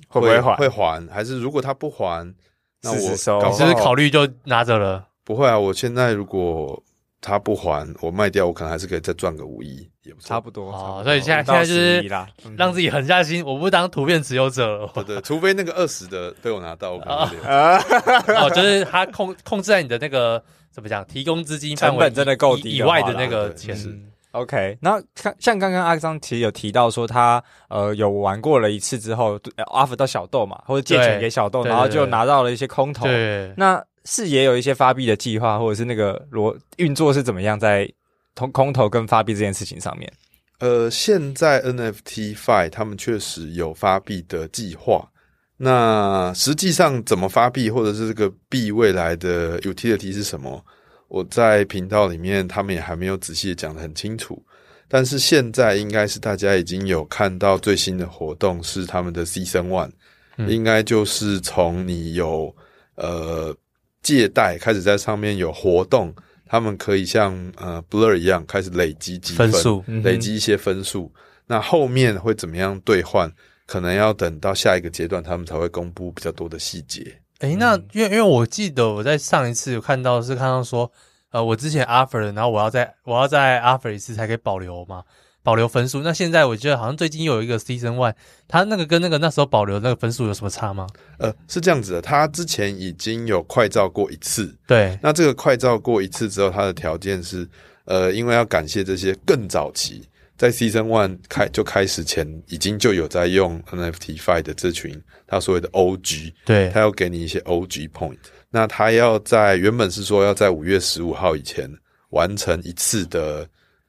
[SPEAKER 3] 会不会还？
[SPEAKER 1] 会还，还是如果他不还，那
[SPEAKER 3] 四十
[SPEAKER 1] 我
[SPEAKER 3] 收
[SPEAKER 1] 搞
[SPEAKER 4] 你
[SPEAKER 1] 不
[SPEAKER 4] 是不是
[SPEAKER 1] 好
[SPEAKER 4] 考虑就拿着
[SPEAKER 3] 嗯
[SPEAKER 4] 了？
[SPEAKER 1] 不会啊。我现在如果他不还，我卖掉，我可能还是可以再赚个五亿，也不错
[SPEAKER 3] 差不多。差不
[SPEAKER 4] 哦
[SPEAKER 3] 多，
[SPEAKER 4] 所以现在现
[SPEAKER 3] 五到
[SPEAKER 4] 在就
[SPEAKER 3] 十一
[SPEAKER 4] 是
[SPEAKER 3] 啦，嗯
[SPEAKER 4] 让自己狠下心，我不当图片持有 者了。
[SPEAKER 1] 对对，除非那个二十的被我拿到，我可能会留
[SPEAKER 4] 哦，就是他控控制在你的那个怎么讲，提供资金范
[SPEAKER 3] 成
[SPEAKER 4] 围
[SPEAKER 3] 本真的够
[SPEAKER 4] 以
[SPEAKER 3] 低
[SPEAKER 4] 以
[SPEAKER 3] 的
[SPEAKER 4] 外
[SPEAKER 3] 话
[SPEAKER 4] 的
[SPEAKER 3] 啦
[SPEAKER 4] 那个
[SPEAKER 1] 对
[SPEAKER 4] 钱。
[SPEAKER 1] 是
[SPEAKER 3] 嗯 OK，那看像刚刚阿桑其实有提到说他呃有玩过了一次之后呃，offer 到小豆嘛，或者借钱
[SPEAKER 4] 对
[SPEAKER 3] 给小豆，
[SPEAKER 4] 对对
[SPEAKER 3] 然后就
[SPEAKER 4] 对
[SPEAKER 3] 拿到了一些空投。
[SPEAKER 4] 对，
[SPEAKER 3] 那是也有一些发币的计划，或者是那个罗运作是怎么样在空空投跟发币这件事情上面？
[SPEAKER 1] 呃，现在 NFT Five 他们确实有发币的计划。那实际上怎么发币，或者是这个币未来的 utility 是什么？我在频道里面他们也还没有仔细地讲得很清楚。但是现在应该是大家已经有看到最新的活动是他们的 Season One，、
[SPEAKER 4] 嗯
[SPEAKER 1] 应该就是从你有呃借贷开始在上面有活动，他们可以像呃 Blur 一样开始累积积
[SPEAKER 4] 分数
[SPEAKER 3] 嗯
[SPEAKER 1] 累积一些分数。那后面会怎么样兑换？可能要等到下一个阶段，他们才会公布比较多的细节。
[SPEAKER 3] 哎
[SPEAKER 4] 诶，那因为因为我记得我在上一次有看到是看到说，呃，我之前 offer 了，然后我要再我要再 offer 一次才可以保留嘛，保留分数。那现在我觉得好像最近又有一个 season one，它那个跟那个那时候保留那个分数有什么差吗？
[SPEAKER 1] 呃，是这样子的，他之前已经有快照过一次，
[SPEAKER 4] 对，
[SPEAKER 1] 那这个快照过一次之后，它的条件是，呃，因为要感谢这些更早期在 Season One 开就开始前已经就有在用 NFT Five 的这群他所谓的 OG，
[SPEAKER 4] 对
[SPEAKER 1] 他，要给你一些 OG point。那他要在原本是说要在五月十五号以前完成一次的，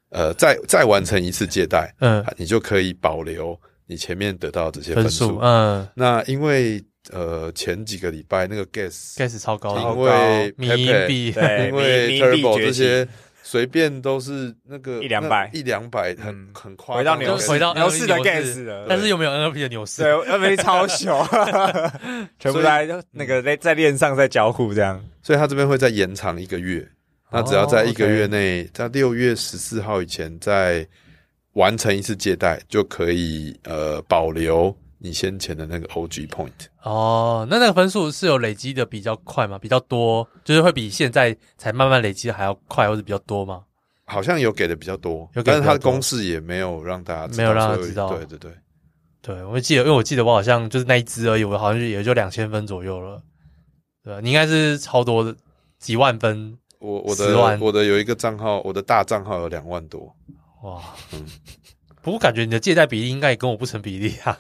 [SPEAKER 1] 呃，再再完成一次借贷，啊
[SPEAKER 4] 嗯，
[SPEAKER 1] 你就可以保留你前面得到的这些
[SPEAKER 4] 分
[SPEAKER 1] 分
[SPEAKER 4] 数
[SPEAKER 1] 数。，
[SPEAKER 4] 嗯
[SPEAKER 1] 那因为呃前几个礼拜那个 Gas
[SPEAKER 4] ，gas 超高
[SPEAKER 1] 因
[SPEAKER 4] 的，
[SPEAKER 1] 为
[SPEAKER 4] 迷因
[SPEAKER 1] Pepe
[SPEAKER 4] 币，
[SPEAKER 3] 对
[SPEAKER 1] 因为
[SPEAKER 3] 民民币
[SPEAKER 1] Turbo
[SPEAKER 3] 崛
[SPEAKER 1] 这
[SPEAKER 3] 起
[SPEAKER 1] 些随便都是那个
[SPEAKER 3] 一两百
[SPEAKER 1] 那一两百很、
[SPEAKER 3] 嗯
[SPEAKER 1] 很夸张，
[SPEAKER 3] 回到
[SPEAKER 1] 就
[SPEAKER 3] 牛
[SPEAKER 1] 是
[SPEAKER 3] 市，
[SPEAKER 4] 回到
[SPEAKER 3] 牛市的
[SPEAKER 4] LV 牛
[SPEAKER 3] gas
[SPEAKER 4] 市
[SPEAKER 3] 了，
[SPEAKER 4] 但是有没有 NLP 的牛市？
[SPEAKER 3] 对，对 LV 超熊， 全
[SPEAKER 1] 所
[SPEAKER 3] 部
[SPEAKER 1] 以
[SPEAKER 3] 在那个在在链上在交互这样。
[SPEAKER 1] 所以他这边会再延长一个月。
[SPEAKER 4] 哦
[SPEAKER 1] 那只要在一个月内，在六月十四号以前再完成一次借贷，就可以呃保留你先前的那个 OG point。
[SPEAKER 4] 哦，那那个分数是有累积的比较快吗？比较多，就是会比现在才慢慢累积的还要快，或者比较多吗？
[SPEAKER 1] 好像有给的比较多，
[SPEAKER 4] 有给
[SPEAKER 1] 但
[SPEAKER 4] 的比较多
[SPEAKER 1] 是它的公式也没有让大家知道
[SPEAKER 4] 没有让大家
[SPEAKER 1] 所以
[SPEAKER 4] 知道
[SPEAKER 1] 对对对，
[SPEAKER 4] 对，我记得，因为我记得我好像就是那一只而已，我好像也就两千分左右了。对，啊你应该是超多的，几万分
[SPEAKER 1] 我我
[SPEAKER 4] 10
[SPEAKER 1] 的
[SPEAKER 4] 万
[SPEAKER 1] 我的有一个账号，我的大账号有两万多，
[SPEAKER 4] 哇
[SPEAKER 1] 嗯。
[SPEAKER 4] 不过感觉你的借贷比例应该也跟我不成比例 啊，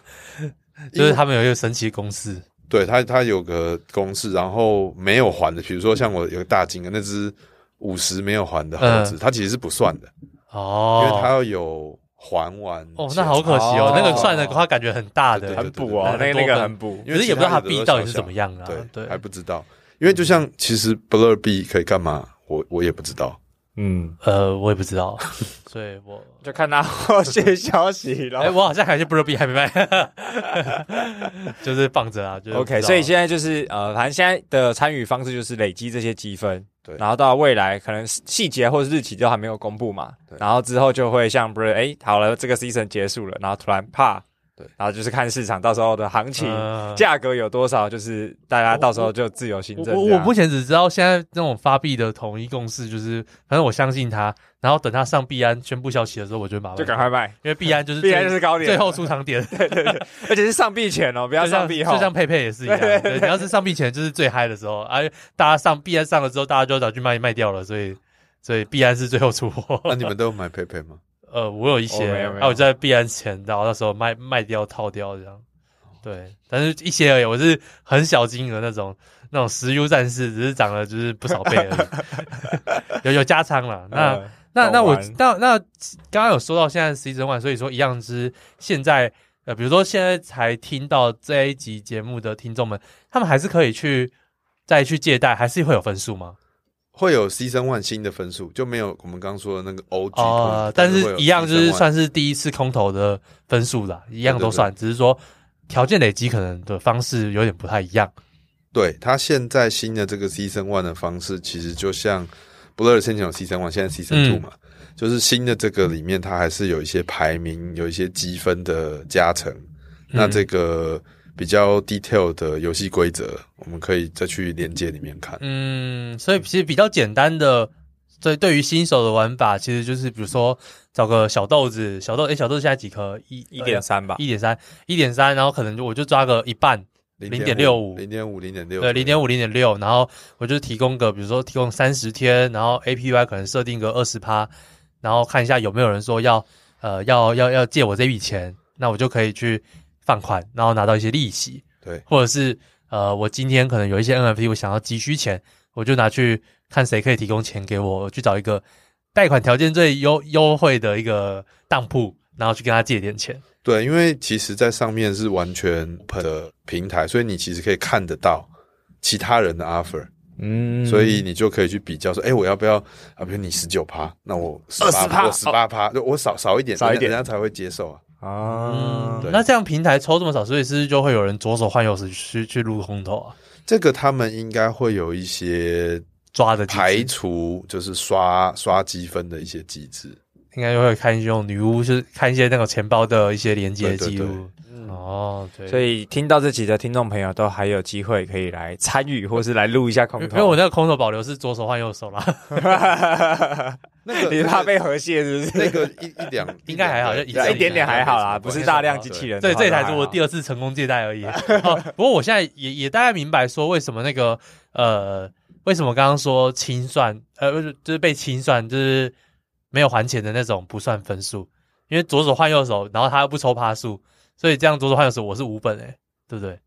[SPEAKER 4] 就是他们有一个神奇公式，
[SPEAKER 1] 对它，它有个公式，然后没有还的，比如说像我有个大金额那只五十没有还的
[SPEAKER 4] 嗯
[SPEAKER 1] 猴子，它其实是不算的，
[SPEAKER 4] 哦，
[SPEAKER 1] 因为它要有还完钱
[SPEAKER 4] 哦，那好可惜哦
[SPEAKER 3] 哦，
[SPEAKER 4] 那个算的话感觉很大的
[SPEAKER 1] 对，
[SPEAKER 3] 很
[SPEAKER 1] 对
[SPEAKER 3] 补哦，那
[SPEAKER 4] 对对
[SPEAKER 3] 那个
[SPEAKER 4] 对
[SPEAKER 3] 很补。
[SPEAKER 1] 因
[SPEAKER 4] 可
[SPEAKER 1] 为
[SPEAKER 4] 是也不知道它币到底是
[SPEAKER 1] 其他的
[SPEAKER 4] 怎么
[SPEAKER 1] 都
[SPEAKER 4] 样啊
[SPEAKER 1] 小小对，
[SPEAKER 4] 对嗯
[SPEAKER 1] 还不知道，因为就像其实 Blur 币可以干嘛，我我也不知 道，
[SPEAKER 3] 嗯，
[SPEAKER 4] 呃，我也不知 道，所以我
[SPEAKER 3] 就看他 后续消息，
[SPEAKER 4] 哎、
[SPEAKER 3] 然后。
[SPEAKER 4] 我好像还是 Blur B 还没卖， 就是放着啊，就是不知
[SPEAKER 3] OK，
[SPEAKER 4] 道
[SPEAKER 3] 所以现在就是呃，反正现在的参与方式就是累积这些积分，
[SPEAKER 1] 对
[SPEAKER 3] 然后到未来可能细节或是日期都还没有公布嘛，然后之后就会像不是哎，好了，这个 season 结束了，然后突然啪，
[SPEAKER 1] 对，
[SPEAKER 3] 然后就是看市场到时候的行情、
[SPEAKER 4] 嗯
[SPEAKER 3] 价格有多少，就是大家到时候就自由行政
[SPEAKER 4] 我
[SPEAKER 3] 这
[SPEAKER 4] 我
[SPEAKER 3] 样
[SPEAKER 4] 目前只知道现在那种发币的统一共识就是，反正我相信他，然后等他上币安宣布消息的时候，我就马上
[SPEAKER 3] 就赶，快卖，
[SPEAKER 4] 因为币安就是
[SPEAKER 3] 必
[SPEAKER 4] 最
[SPEAKER 3] 然就是高点，
[SPEAKER 4] 最后出场点，
[SPEAKER 3] 而且是上币前哦，不要
[SPEAKER 4] 就像
[SPEAKER 3] 上币后
[SPEAKER 4] 就，像佩佩也是一样，对，你要是上币前就是最嗨的时候，而、啊、大家上币安上了之后，大家就拿去卖卖掉了，所以所以币安是最后出货。
[SPEAKER 1] 那你们都有买 PayPay 吗？
[SPEAKER 4] 呃，我有一些，
[SPEAKER 3] 哦没有没有
[SPEAKER 4] 啊，我就在币安前，然后那时候卖卖掉套掉这样，对，但是一些而已，我是很小金额那种，那种石油战士只是涨了就是不少倍而 已，有有加仓了。那、
[SPEAKER 3] 嗯
[SPEAKER 4] 那那
[SPEAKER 3] 好
[SPEAKER 4] 我
[SPEAKER 3] 玩
[SPEAKER 4] 那那刚刚有说到现在 season one，所以说一样是现在呃，比如说现在才听到这一集节目的听众们，他们还是可以去再去借贷，还是会有分数吗？
[SPEAKER 1] 会有 Season One 新的分数，就没有我们刚说的那个 OG，
[SPEAKER 4] 哦
[SPEAKER 1] point，，
[SPEAKER 4] 但
[SPEAKER 1] 会
[SPEAKER 4] 是
[SPEAKER 1] 有
[SPEAKER 4] 一样就是
[SPEAKER 1] season one
[SPEAKER 4] 算是第一次空投的分数啦，一样都算，只是说条件累积可能的方式有点不太一样。
[SPEAKER 1] 对他现在新的这个 season one 的方式，其实就像 Blur 先前有 Season One，现在 Season Two
[SPEAKER 4] 嗯
[SPEAKER 1] 嘛，就是新的这个里面，它还是有一些排名、有一些积分的加成。那这个比较 detail 的游戏规则，我们可以再去连接里面看。
[SPEAKER 4] 嗯，所以其实比较简单的，对对于新手的玩法，其实就是比如说找个小豆子，小豆诶，小豆子现在几颗？一
[SPEAKER 3] 一点三吧，
[SPEAKER 4] 一点三，一点三，然后可能就我就抓个一半，0.65
[SPEAKER 1] 零点五、零点六，
[SPEAKER 4] 对，零点
[SPEAKER 1] 五。
[SPEAKER 4] 五、零点六，然后我就提供个，比如说提供三十天，然后 APY 可能设定个二十趴，然后看一下有没有人说要呃要要要借我这笔钱，那我就可以去放款，然后拿到一些利息，
[SPEAKER 1] 对，
[SPEAKER 4] 或者是呃我今天可能有一些 NFT 我想要急需钱，我就拿去看谁可以提供钱给我，我去找一个贷款条件最优优惠的一个当铺，然后去跟他借点钱。
[SPEAKER 1] 对，因为其实，在上面是完全 open 的平台，所以你其实可以看得到其他人的 offer，、
[SPEAKER 3] 嗯
[SPEAKER 1] 所以你就可以去比较说，哎、我要不要啊？比如你十九趴，那我
[SPEAKER 3] 20%
[SPEAKER 1] 我十八趴，就我少少一点，
[SPEAKER 3] 哦少一点
[SPEAKER 1] 人家才会接受啊。
[SPEAKER 3] 啊，
[SPEAKER 1] 对
[SPEAKER 4] 那这样平台抽这么少，所以是不是就会有人左手换右手去去撸空头啊？
[SPEAKER 1] 这个他们应该会有一些
[SPEAKER 4] 抓的机制
[SPEAKER 1] 排除，就是刷刷积分的一些机制。
[SPEAKER 4] 应该就会看一些那种女巫，就是看一些那个钱包的一些连接记录。
[SPEAKER 1] 对对对
[SPEAKER 4] 哦，对，
[SPEAKER 3] 所以听到这集的听众朋友都还有机会可以来参与，或是来录一下空
[SPEAKER 4] 因为因
[SPEAKER 3] 投。
[SPEAKER 4] 为我那个空手保留是左手换右手啦，
[SPEAKER 1] 那 个
[SPEAKER 3] 你怕被和谐是不是？
[SPEAKER 1] 那个一一两
[SPEAKER 4] 应该还好就 一
[SPEAKER 3] 对
[SPEAKER 4] 对
[SPEAKER 3] 一点点还好啦，
[SPEAKER 1] 没什么
[SPEAKER 3] 不
[SPEAKER 1] 关系
[SPEAKER 3] 是大量机器人的
[SPEAKER 4] 对，
[SPEAKER 3] 话。
[SPEAKER 4] 这才是我
[SPEAKER 3] 二。
[SPEAKER 4] 第二次成功借贷而已。哦，不过我现在也也大概明白说为什么那个呃，为什么刚刚说清算呃，不是就是被清算就是没有还钱的那种不算分数，因为左手换右手，然后他又不抽趴数，所以这样左手换右手我是无本哎、对不对？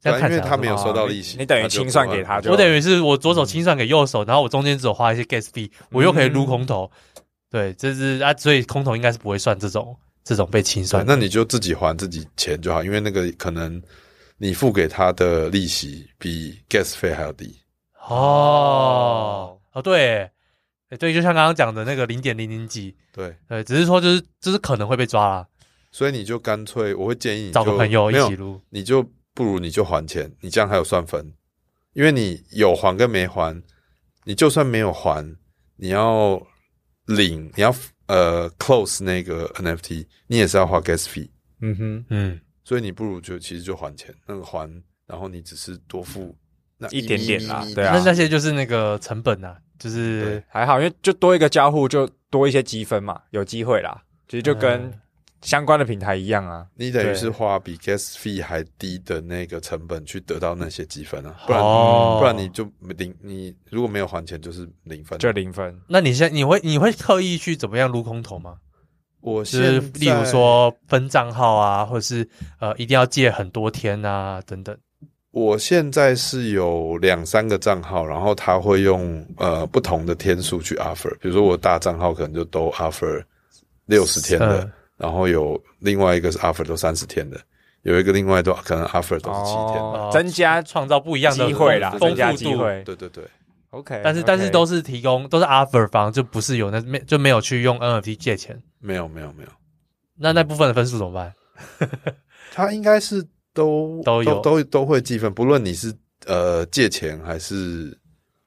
[SPEAKER 4] 这
[SPEAKER 1] 对啊
[SPEAKER 4] 样看
[SPEAKER 1] 因
[SPEAKER 4] 起
[SPEAKER 1] 为
[SPEAKER 4] 来
[SPEAKER 1] 他没有
[SPEAKER 3] 哦
[SPEAKER 1] 收到
[SPEAKER 3] 你
[SPEAKER 1] 利息，
[SPEAKER 3] 你等于
[SPEAKER 1] 他就
[SPEAKER 3] 清算
[SPEAKER 1] 不
[SPEAKER 3] 给
[SPEAKER 1] 会
[SPEAKER 3] 他就
[SPEAKER 4] 我等于是我左手清算给右手，然后我中间只有花一些 gas 费，
[SPEAKER 1] 嗯
[SPEAKER 4] 我又可以撸空头。对，这是啊，所以空头应该是不会算这种这种被清
[SPEAKER 1] 对
[SPEAKER 4] 算，的。
[SPEAKER 1] 那你就自己还自己钱就好，因为那个可能你付给他的利息比 gas 费还要低。
[SPEAKER 4] 哦哦对，诶对，就像刚刚讲的那个零点零零几，
[SPEAKER 1] 对，
[SPEAKER 4] 对，只是说就是就是可能会被抓啦，
[SPEAKER 1] 所以你就干脆，我会建议你
[SPEAKER 4] 找个
[SPEAKER 1] 就
[SPEAKER 4] 朋友
[SPEAKER 1] 没
[SPEAKER 4] 一
[SPEAKER 1] 有
[SPEAKER 4] 起撸。
[SPEAKER 1] 你就不如你就还钱，你这样还有算分，因为你有还跟没还，你就算没有还，你要领，你要呃 close 那个 NFT，你也是要花 gas fee，
[SPEAKER 3] 嗯哼，
[SPEAKER 4] 嗯，
[SPEAKER 1] 所以你不如就其实就还钱，那个还，然后你只是多付那
[SPEAKER 3] 一点点啦
[SPEAKER 1] 咪咪
[SPEAKER 3] 对啊
[SPEAKER 4] 那那些就是那个成本啊，就是
[SPEAKER 1] 对
[SPEAKER 3] 还好，因为就多一个交互，就多一些积分嘛，有机会啦。其实就跟
[SPEAKER 4] 嗯
[SPEAKER 3] 相关的平台一样啊。
[SPEAKER 1] 你等于
[SPEAKER 3] 对
[SPEAKER 1] 是花比 gas fee 还低的那个成本去得到那些积分啊，不然、
[SPEAKER 4] 哦，
[SPEAKER 1] 不然你就零，你如果没有还钱就是零分。啊
[SPEAKER 3] 就零分。
[SPEAKER 4] 那你现在你会你会刻意去怎么样撸空头吗？
[SPEAKER 1] 我
[SPEAKER 4] 就是是例如说分账号啊，或者是呃一定要借很多天啊等等。
[SPEAKER 1] 我现在是有两三个账号，然后他会用呃不同的天数去 offer，比如说我大账号可能就都 offer 六十天的，
[SPEAKER 4] 嗯
[SPEAKER 1] 然后有另外一个是 offer 都三十天的，有一个另外都可能 offer 都是七天的。
[SPEAKER 3] 哦增加
[SPEAKER 4] 创造不一样的
[SPEAKER 3] 机会啦，
[SPEAKER 4] 丰
[SPEAKER 3] 增加
[SPEAKER 4] 富
[SPEAKER 3] 机
[SPEAKER 4] 度。
[SPEAKER 3] 会。
[SPEAKER 1] 对对对，
[SPEAKER 3] OK，
[SPEAKER 4] 但是但是都是提供都是 offer 方，就不是有那没就没有去用 NFT 借钱，
[SPEAKER 1] 没有没有没有，
[SPEAKER 4] 那那部分的分数怎么办？
[SPEAKER 1] 他应该是都
[SPEAKER 4] 都有
[SPEAKER 1] 都都会计分，不论你是呃借钱还是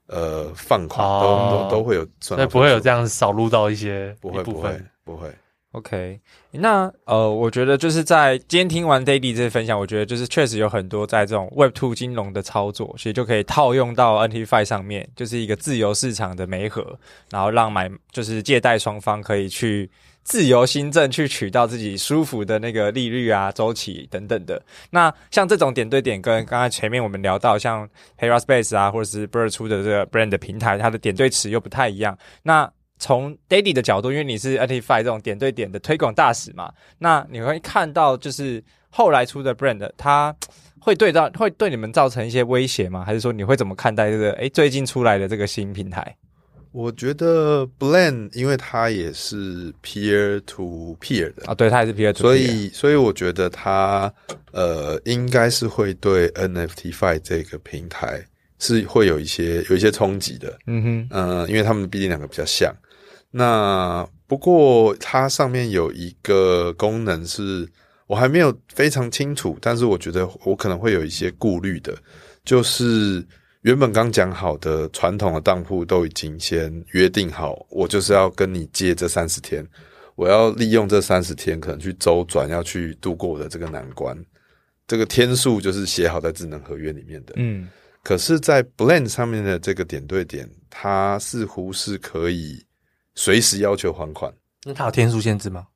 [SPEAKER 1] 呃放款，
[SPEAKER 4] 哦
[SPEAKER 1] 都都都会有算到
[SPEAKER 4] 那
[SPEAKER 1] 分数。
[SPEAKER 4] 不会有这样少撸到一些
[SPEAKER 1] 不会
[SPEAKER 4] 一
[SPEAKER 1] 不
[SPEAKER 4] 部
[SPEAKER 1] 会
[SPEAKER 4] 分
[SPEAKER 1] 不会，
[SPEAKER 3] OK，那呃，我觉得就是在今天听完 Daddy 这分享，我觉得就是确实有很多在这种 Web Two 金融的操作，其实就可以套用到 NTFi 上面，就是一个自由市场的媒合，然后让买就是借贷双方可以去自由新政，去取到自己舒服的那个利率啊、周期等等的。那像这种点对点，跟刚才前面我们聊到像 Paraspace 啊，或者是 Bird 出的这个 Brand 的平台，它的点对池又不太一样。那从 Daddy 的角度，因为你是 Antify 这种点对点的推广大使嘛，那你会看到就是后来出的 Brand，它会对到会对你们造成一些威胁吗？还是说你会怎么看待这个？诶，最近出来的这个新平台？
[SPEAKER 1] 我觉得 Blend 因为它也是 peer to peer 的，
[SPEAKER 3] 啊，对，它也是 P 二，
[SPEAKER 1] 所以所以我觉得它呃应该是会对 NFT Fi 这个平台是会有一些有一些冲击的，
[SPEAKER 3] 嗯哼，
[SPEAKER 1] 嗯，因为他们毕竟两个比较像。那不过它上面有一个功能是我还没有非常清楚，但是我觉得我可能会有一些顾虑的，就是原本刚讲好的传统的当铺都已经先约定好，我就是要跟你借这三十天，我要利用这三十天可能去周转，要去度过我的这个难关。这个天数就是写好在智能合约里面的。
[SPEAKER 3] 嗯，
[SPEAKER 1] 可是，在 Blend 上面的这个点对点，它似乎是可以随时要求还款。
[SPEAKER 4] 那它有天数限制吗？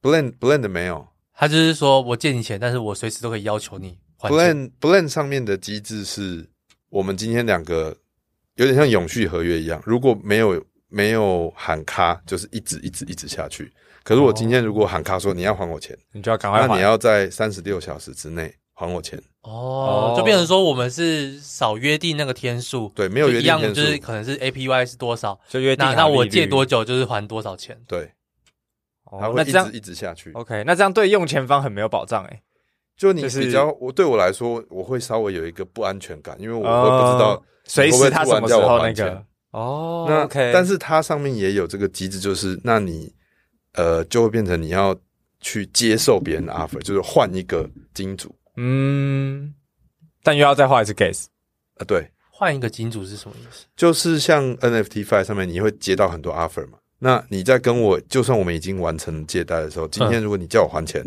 [SPEAKER 1] Blend Blend 没有
[SPEAKER 4] 他就是说我借你钱，但是我随时都可以要求你还钱。
[SPEAKER 1] ，Blend Blend 上面的机制是我们今天两个有点像永续合约一样，如果没有没有喊卡，就是一直一直一直下去。可是我今天如果喊卡说你要还我钱，
[SPEAKER 3] 你就要赶快
[SPEAKER 1] 那
[SPEAKER 3] 哦还。
[SPEAKER 1] 你要在三十六小时之内还我钱。
[SPEAKER 4] 哦
[SPEAKER 3] 哦，
[SPEAKER 4] 就变成说我们是少约定那个天数，
[SPEAKER 1] 对没有
[SPEAKER 4] 就
[SPEAKER 1] 约定
[SPEAKER 4] 一样
[SPEAKER 1] 天数
[SPEAKER 4] 就是可能是 APY 是多少，
[SPEAKER 3] 就约定
[SPEAKER 4] 那
[SPEAKER 3] 好
[SPEAKER 4] 那我
[SPEAKER 3] 利率
[SPEAKER 4] 借多，久就是还多少钱。
[SPEAKER 1] 对，
[SPEAKER 3] 哦
[SPEAKER 1] 它会
[SPEAKER 3] 那
[SPEAKER 1] 一
[SPEAKER 3] 这样
[SPEAKER 1] 直一直下去。
[SPEAKER 3] OK，那这样对用钱方很没有保障哎。
[SPEAKER 1] 就你
[SPEAKER 3] 就是
[SPEAKER 1] 比较，我对我来说，我会稍微有一个不安全感，因为我会不知道
[SPEAKER 3] 哦随时他什么时候
[SPEAKER 1] 会不会突然
[SPEAKER 3] 那
[SPEAKER 1] 叫我还
[SPEAKER 3] 个
[SPEAKER 1] 钱。
[SPEAKER 3] 哦
[SPEAKER 1] 那
[SPEAKER 3] ，OK，
[SPEAKER 1] 但是它上面也有这个机制，就是那你呃就会变成你要去接受别人的 offer，就是换一个金主
[SPEAKER 3] 嗯，但又要再画一次 case。
[SPEAKER 1] 啊、呃对，
[SPEAKER 4] 换一个金主是什么意思？
[SPEAKER 1] 就是像 NFT Five 上面你会接到很多 offer 嘛，那你在跟我，就算我们已经完成借贷的时候，今
[SPEAKER 3] 嗯
[SPEAKER 1] 天如果你叫我还钱，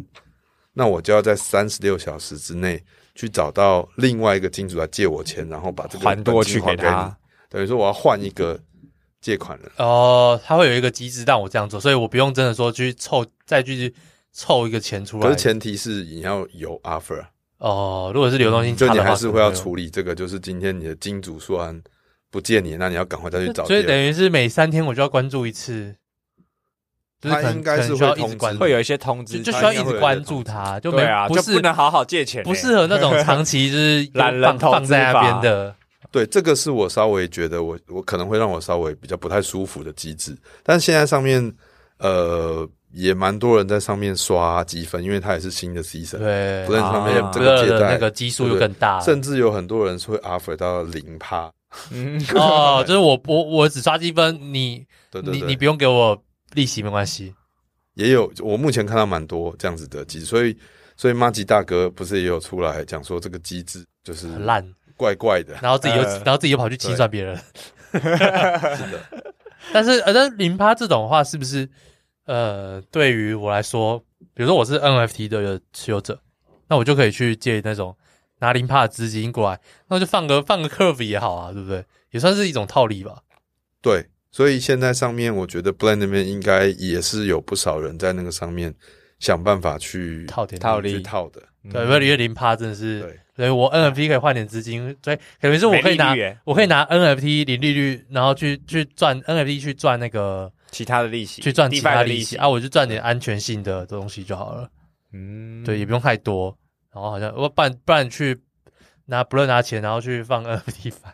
[SPEAKER 1] 那我就要在三十六小时之内去找到另外一个金主来借我钱，然后把这个
[SPEAKER 3] 还过
[SPEAKER 1] 本
[SPEAKER 3] 去
[SPEAKER 1] 金还
[SPEAKER 3] 给
[SPEAKER 1] 给
[SPEAKER 3] 他
[SPEAKER 1] 你。等于说我要换一个借款人。
[SPEAKER 4] 哦，他会有一个机制让我这样做，所以我不用真的说去凑再去凑一个钱出来。
[SPEAKER 1] 可是前提是你要有 offer，啊
[SPEAKER 4] 哦，如果是流动性差
[SPEAKER 1] 就
[SPEAKER 4] 的话，
[SPEAKER 1] 你还是会要
[SPEAKER 4] 可能
[SPEAKER 1] 处理这个，就是今天你的金主说完不借你，那你要赶快再去
[SPEAKER 4] 有。
[SPEAKER 1] 找
[SPEAKER 4] 所
[SPEAKER 1] 第二嗯
[SPEAKER 4] 以
[SPEAKER 1] 个。
[SPEAKER 4] 等于是每三天我就要关注一次，就是可
[SPEAKER 1] 他
[SPEAKER 4] 能
[SPEAKER 1] 应该是
[SPEAKER 4] 可能需要
[SPEAKER 1] 会
[SPEAKER 4] 一直
[SPEAKER 1] 通
[SPEAKER 4] 关
[SPEAKER 1] 知
[SPEAKER 4] 注
[SPEAKER 3] 会有一些通
[SPEAKER 4] 就
[SPEAKER 3] 知，
[SPEAKER 4] 就
[SPEAKER 1] 他
[SPEAKER 4] 需要
[SPEAKER 1] 应
[SPEAKER 4] 一
[SPEAKER 1] 该会
[SPEAKER 4] 直
[SPEAKER 1] 有
[SPEAKER 4] 关
[SPEAKER 1] 这个
[SPEAKER 4] 注
[SPEAKER 1] 通知
[SPEAKER 4] 它，就没
[SPEAKER 3] 对啊，
[SPEAKER 4] 不
[SPEAKER 3] 就是不能好好借钱欸，
[SPEAKER 4] 不适合 那 种长期就是
[SPEAKER 3] 懒人
[SPEAKER 4] 放
[SPEAKER 3] 投资
[SPEAKER 4] 放在那边的。
[SPEAKER 1] 对，这个是我稍微觉得我我可能会让我稍微比较不太舒服的机制，但现在上面呃也蛮多人在上面刷积分，因为它也是新的 season，
[SPEAKER 4] 对，
[SPEAKER 1] 不认上面
[SPEAKER 3] 啊
[SPEAKER 1] 这个借
[SPEAKER 4] 的那
[SPEAKER 1] 贷
[SPEAKER 4] 个基数又更大了
[SPEAKER 1] 甚至有很多人是会 offer 到零趴，
[SPEAKER 3] 嗯，
[SPEAKER 4] 哦，就是我我我只刷积分，你
[SPEAKER 1] 对对
[SPEAKER 4] 你
[SPEAKER 1] 对，
[SPEAKER 4] 你不用给我利息没关系。
[SPEAKER 1] 也有，我目前看到蛮多这样子的机制，所以所以马吉大哥不是也有出来讲说这个机制就是
[SPEAKER 4] 很烂，
[SPEAKER 1] 怪怪的，
[SPEAKER 4] 然后自己又、
[SPEAKER 3] 呃
[SPEAKER 4] 然后自己又跑去清算别人。
[SPEAKER 1] 是的，
[SPEAKER 4] 但是呃，但零趴这种的话，是不是呃，对于我来说，比如说我是 NFT 的持有者，那我就可以去借那种拿零趴的资金过来，那就放个放个 curve 也好啊，对不对？也算是一种套利吧。
[SPEAKER 1] 对。所以现在上面，我觉得 Blend 那边应该也是有不少人在那个上面想办法去
[SPEAKER 4] 套点
[SPEAKER 3] 套利
[SPEAKER 1] 去套的，
[SPEAKER 4] 对，因为因为零趴真的是
[SPEAKER 1] 对，
[SPEAKER 4] 所以我 NFT 可以换点资金，所以等于是我可以拿
[SPEAKER 3] 没利率耶
[SPEAKER 4] 我可以拿 NFT 零利率，然后去去赚 NFT 去赚那个
[SPEAKER 3] 其他的利息，
[SPEAKER 4] 去赚其
[SPEAKER 3] DeFi
[SPEAKER 4] 他
[SPEAKER 3] 的
[SPEAKER 4] 利息啊，我就赚点安全性的东西就好了，
[SPEAKER 3] 嗯，
[SPEAKER 4] 对，也不用太多。然后好像我不然不然去拿不论拿钱，然后去放 NFT 反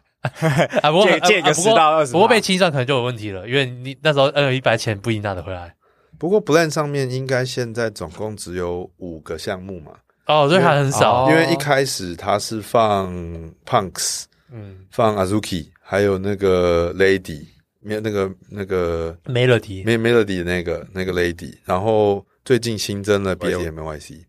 [SPEAKER 4] 啊，不过
[SPEAKER 3] 借借个
[SPEAKER 4] 啊不过
[SPEAKER 3] 10到20
[SPEAKER 4] 不过被清算可能就有问题了，因为你那时候 NFT 白钱不一定拿得回来
[SPEAKER 1] 不过 Blend 上面应该现在总共只有五个项目嘛，
[SPEAKER 4] 哦，所以还很少，
[SPEAKER 3] 哦
[SPEAKER 1] 因为一开始它是放 Punks、
[SPEAKER 4] 嗯，
[SPEAKER 1] 放 Azuki，还有那个 Lady，没有那个那个
[SPEAKER 4] 没了题，
[SPEAKER 1] Mel- Melody 那个那个 Lady，然后最近新增了 BLMYC，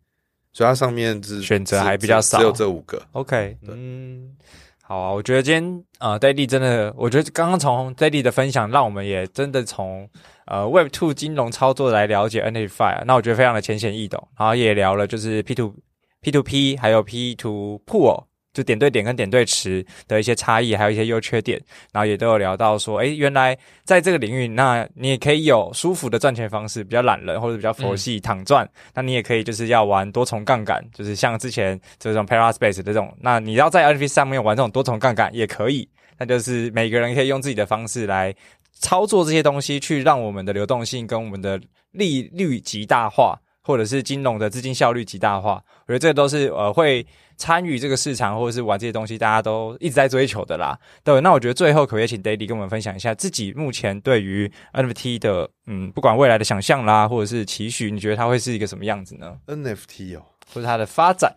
[SPEAKER 1] 所以它上面是
[SPEAKER 3] 哎选择
[SPEAKER 1] 只
[SPEAKER 3] 还比较少
[SPEAKER 1] 只有这五个。
[SPEAKER 3] OK，
[SPEAKER 1] 对
[SPEAKER 3] 嗯，好啊，我觉得今天呃 d a i l y 真的，我觉得刚刚从 d a i l y 的分享，让我们也真的从呃 Web Two 金融操作来了解 NFT，、啊、那我觉得非常的浅显易懂，然后也聊了就是 P to P to P 还有 P to Pool。就点对点跟点对池的一些差异，还有一些优缺点，然后也都有聊到说，诶，原来在这个领域，那你也可以有舒服的赚钱方式，比较懒人或者比较佛系躺赚，那你也可以就是要玩多重杠杆，就是像之前这种 Paraspace 的这种，那你要在 NFT 上面玩这种多重杠杆也可以，那就是每个人可以用自己的方式来操作这些东西，去让我们的流动性跟我们的利率极大化，或者是金融的资金效率极大化。我觉得这都是呃会参与这个市场或者是玩这些东西，大家都一直在追求的啦。对，那我觉得最后可不可以请 Daily 跟我们分享一下自己目前对于 NFT 的嗯，不管未来的想象啦，或者是期许，你觉得它会是一个什么样子呢？
[SPEAKER 1] NFT 哦，
[SPEAKER 3] 或者它的发展？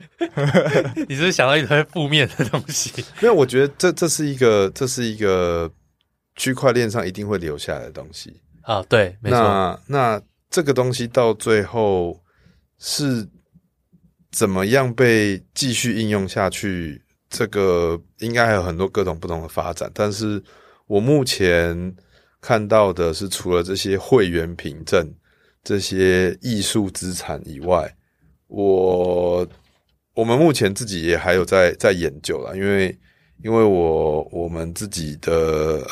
[SPEAKER 4] 你是不是想到一堆负面的东西？
[SPEAKER 1] 因为我觉得这这是一个这是一个区块链上一定会留下来的东西。
[SPEAKER 4] 啊，对，没错，
[SPEAKER 1] 那那这个东西到最后是怎么样被继续应用下去？这个应该还有很多各种不同的发展，但是我目前看到的是，除了这些会员凭证、这些艺术资产以外，我我们目前自己也还有在在研究啦，因为因为我我们自己的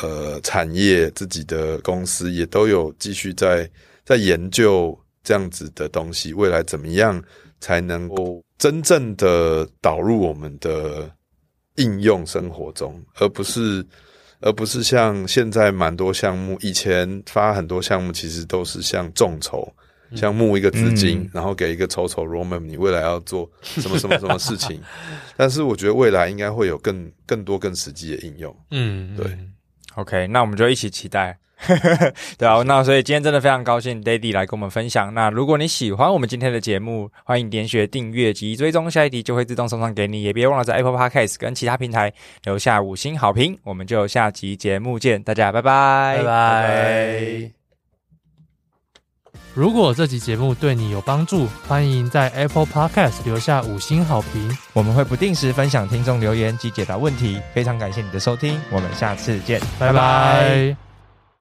[SPEAKER 1] 呃产业、自己的公司也都有继续在在研究这样子的东西，未来怎么样才能够真正的导入我们的应用生活中，而不是而不是像现在蛮多项目，以前发很多项目其实都是像众筹。像募一个资金，
[SPEAKER 3] 嗯
[SPEAKER 1] 然后给一个筹筹 Roman，你未来要做什么什么什么事情？但是我觉得未来应该会有更更多更实际的应用。
[SPEAKER 4] 嗯，
[SPEAKER 1] 对
[SPEAKER 4] 嗯
[SPEAKER 3] OK，那我们就一起期待。 对啊，那所以今天真的非常高兴，Daddy 来跟我们分享。那如果你喜欢我们今天的节目，欢迎点选订阅及追踪，下一集就会自动送上给你。也别忘了在 Apple Podcast 跟其他平台留下五星好评。我们就下集节目见，大家拜拜，
[SPEAKER 4] 拜拜。
[SPEAKER 5] 如果这集节目对你有帮助，欢迎在 Apple Podcast 留下五星好评。
[SPEAKER 3] 我们会不定时分享听众留言及解答问题。非常感谢你的收听，我们下次见，
[SPEAKER 5] 拜拜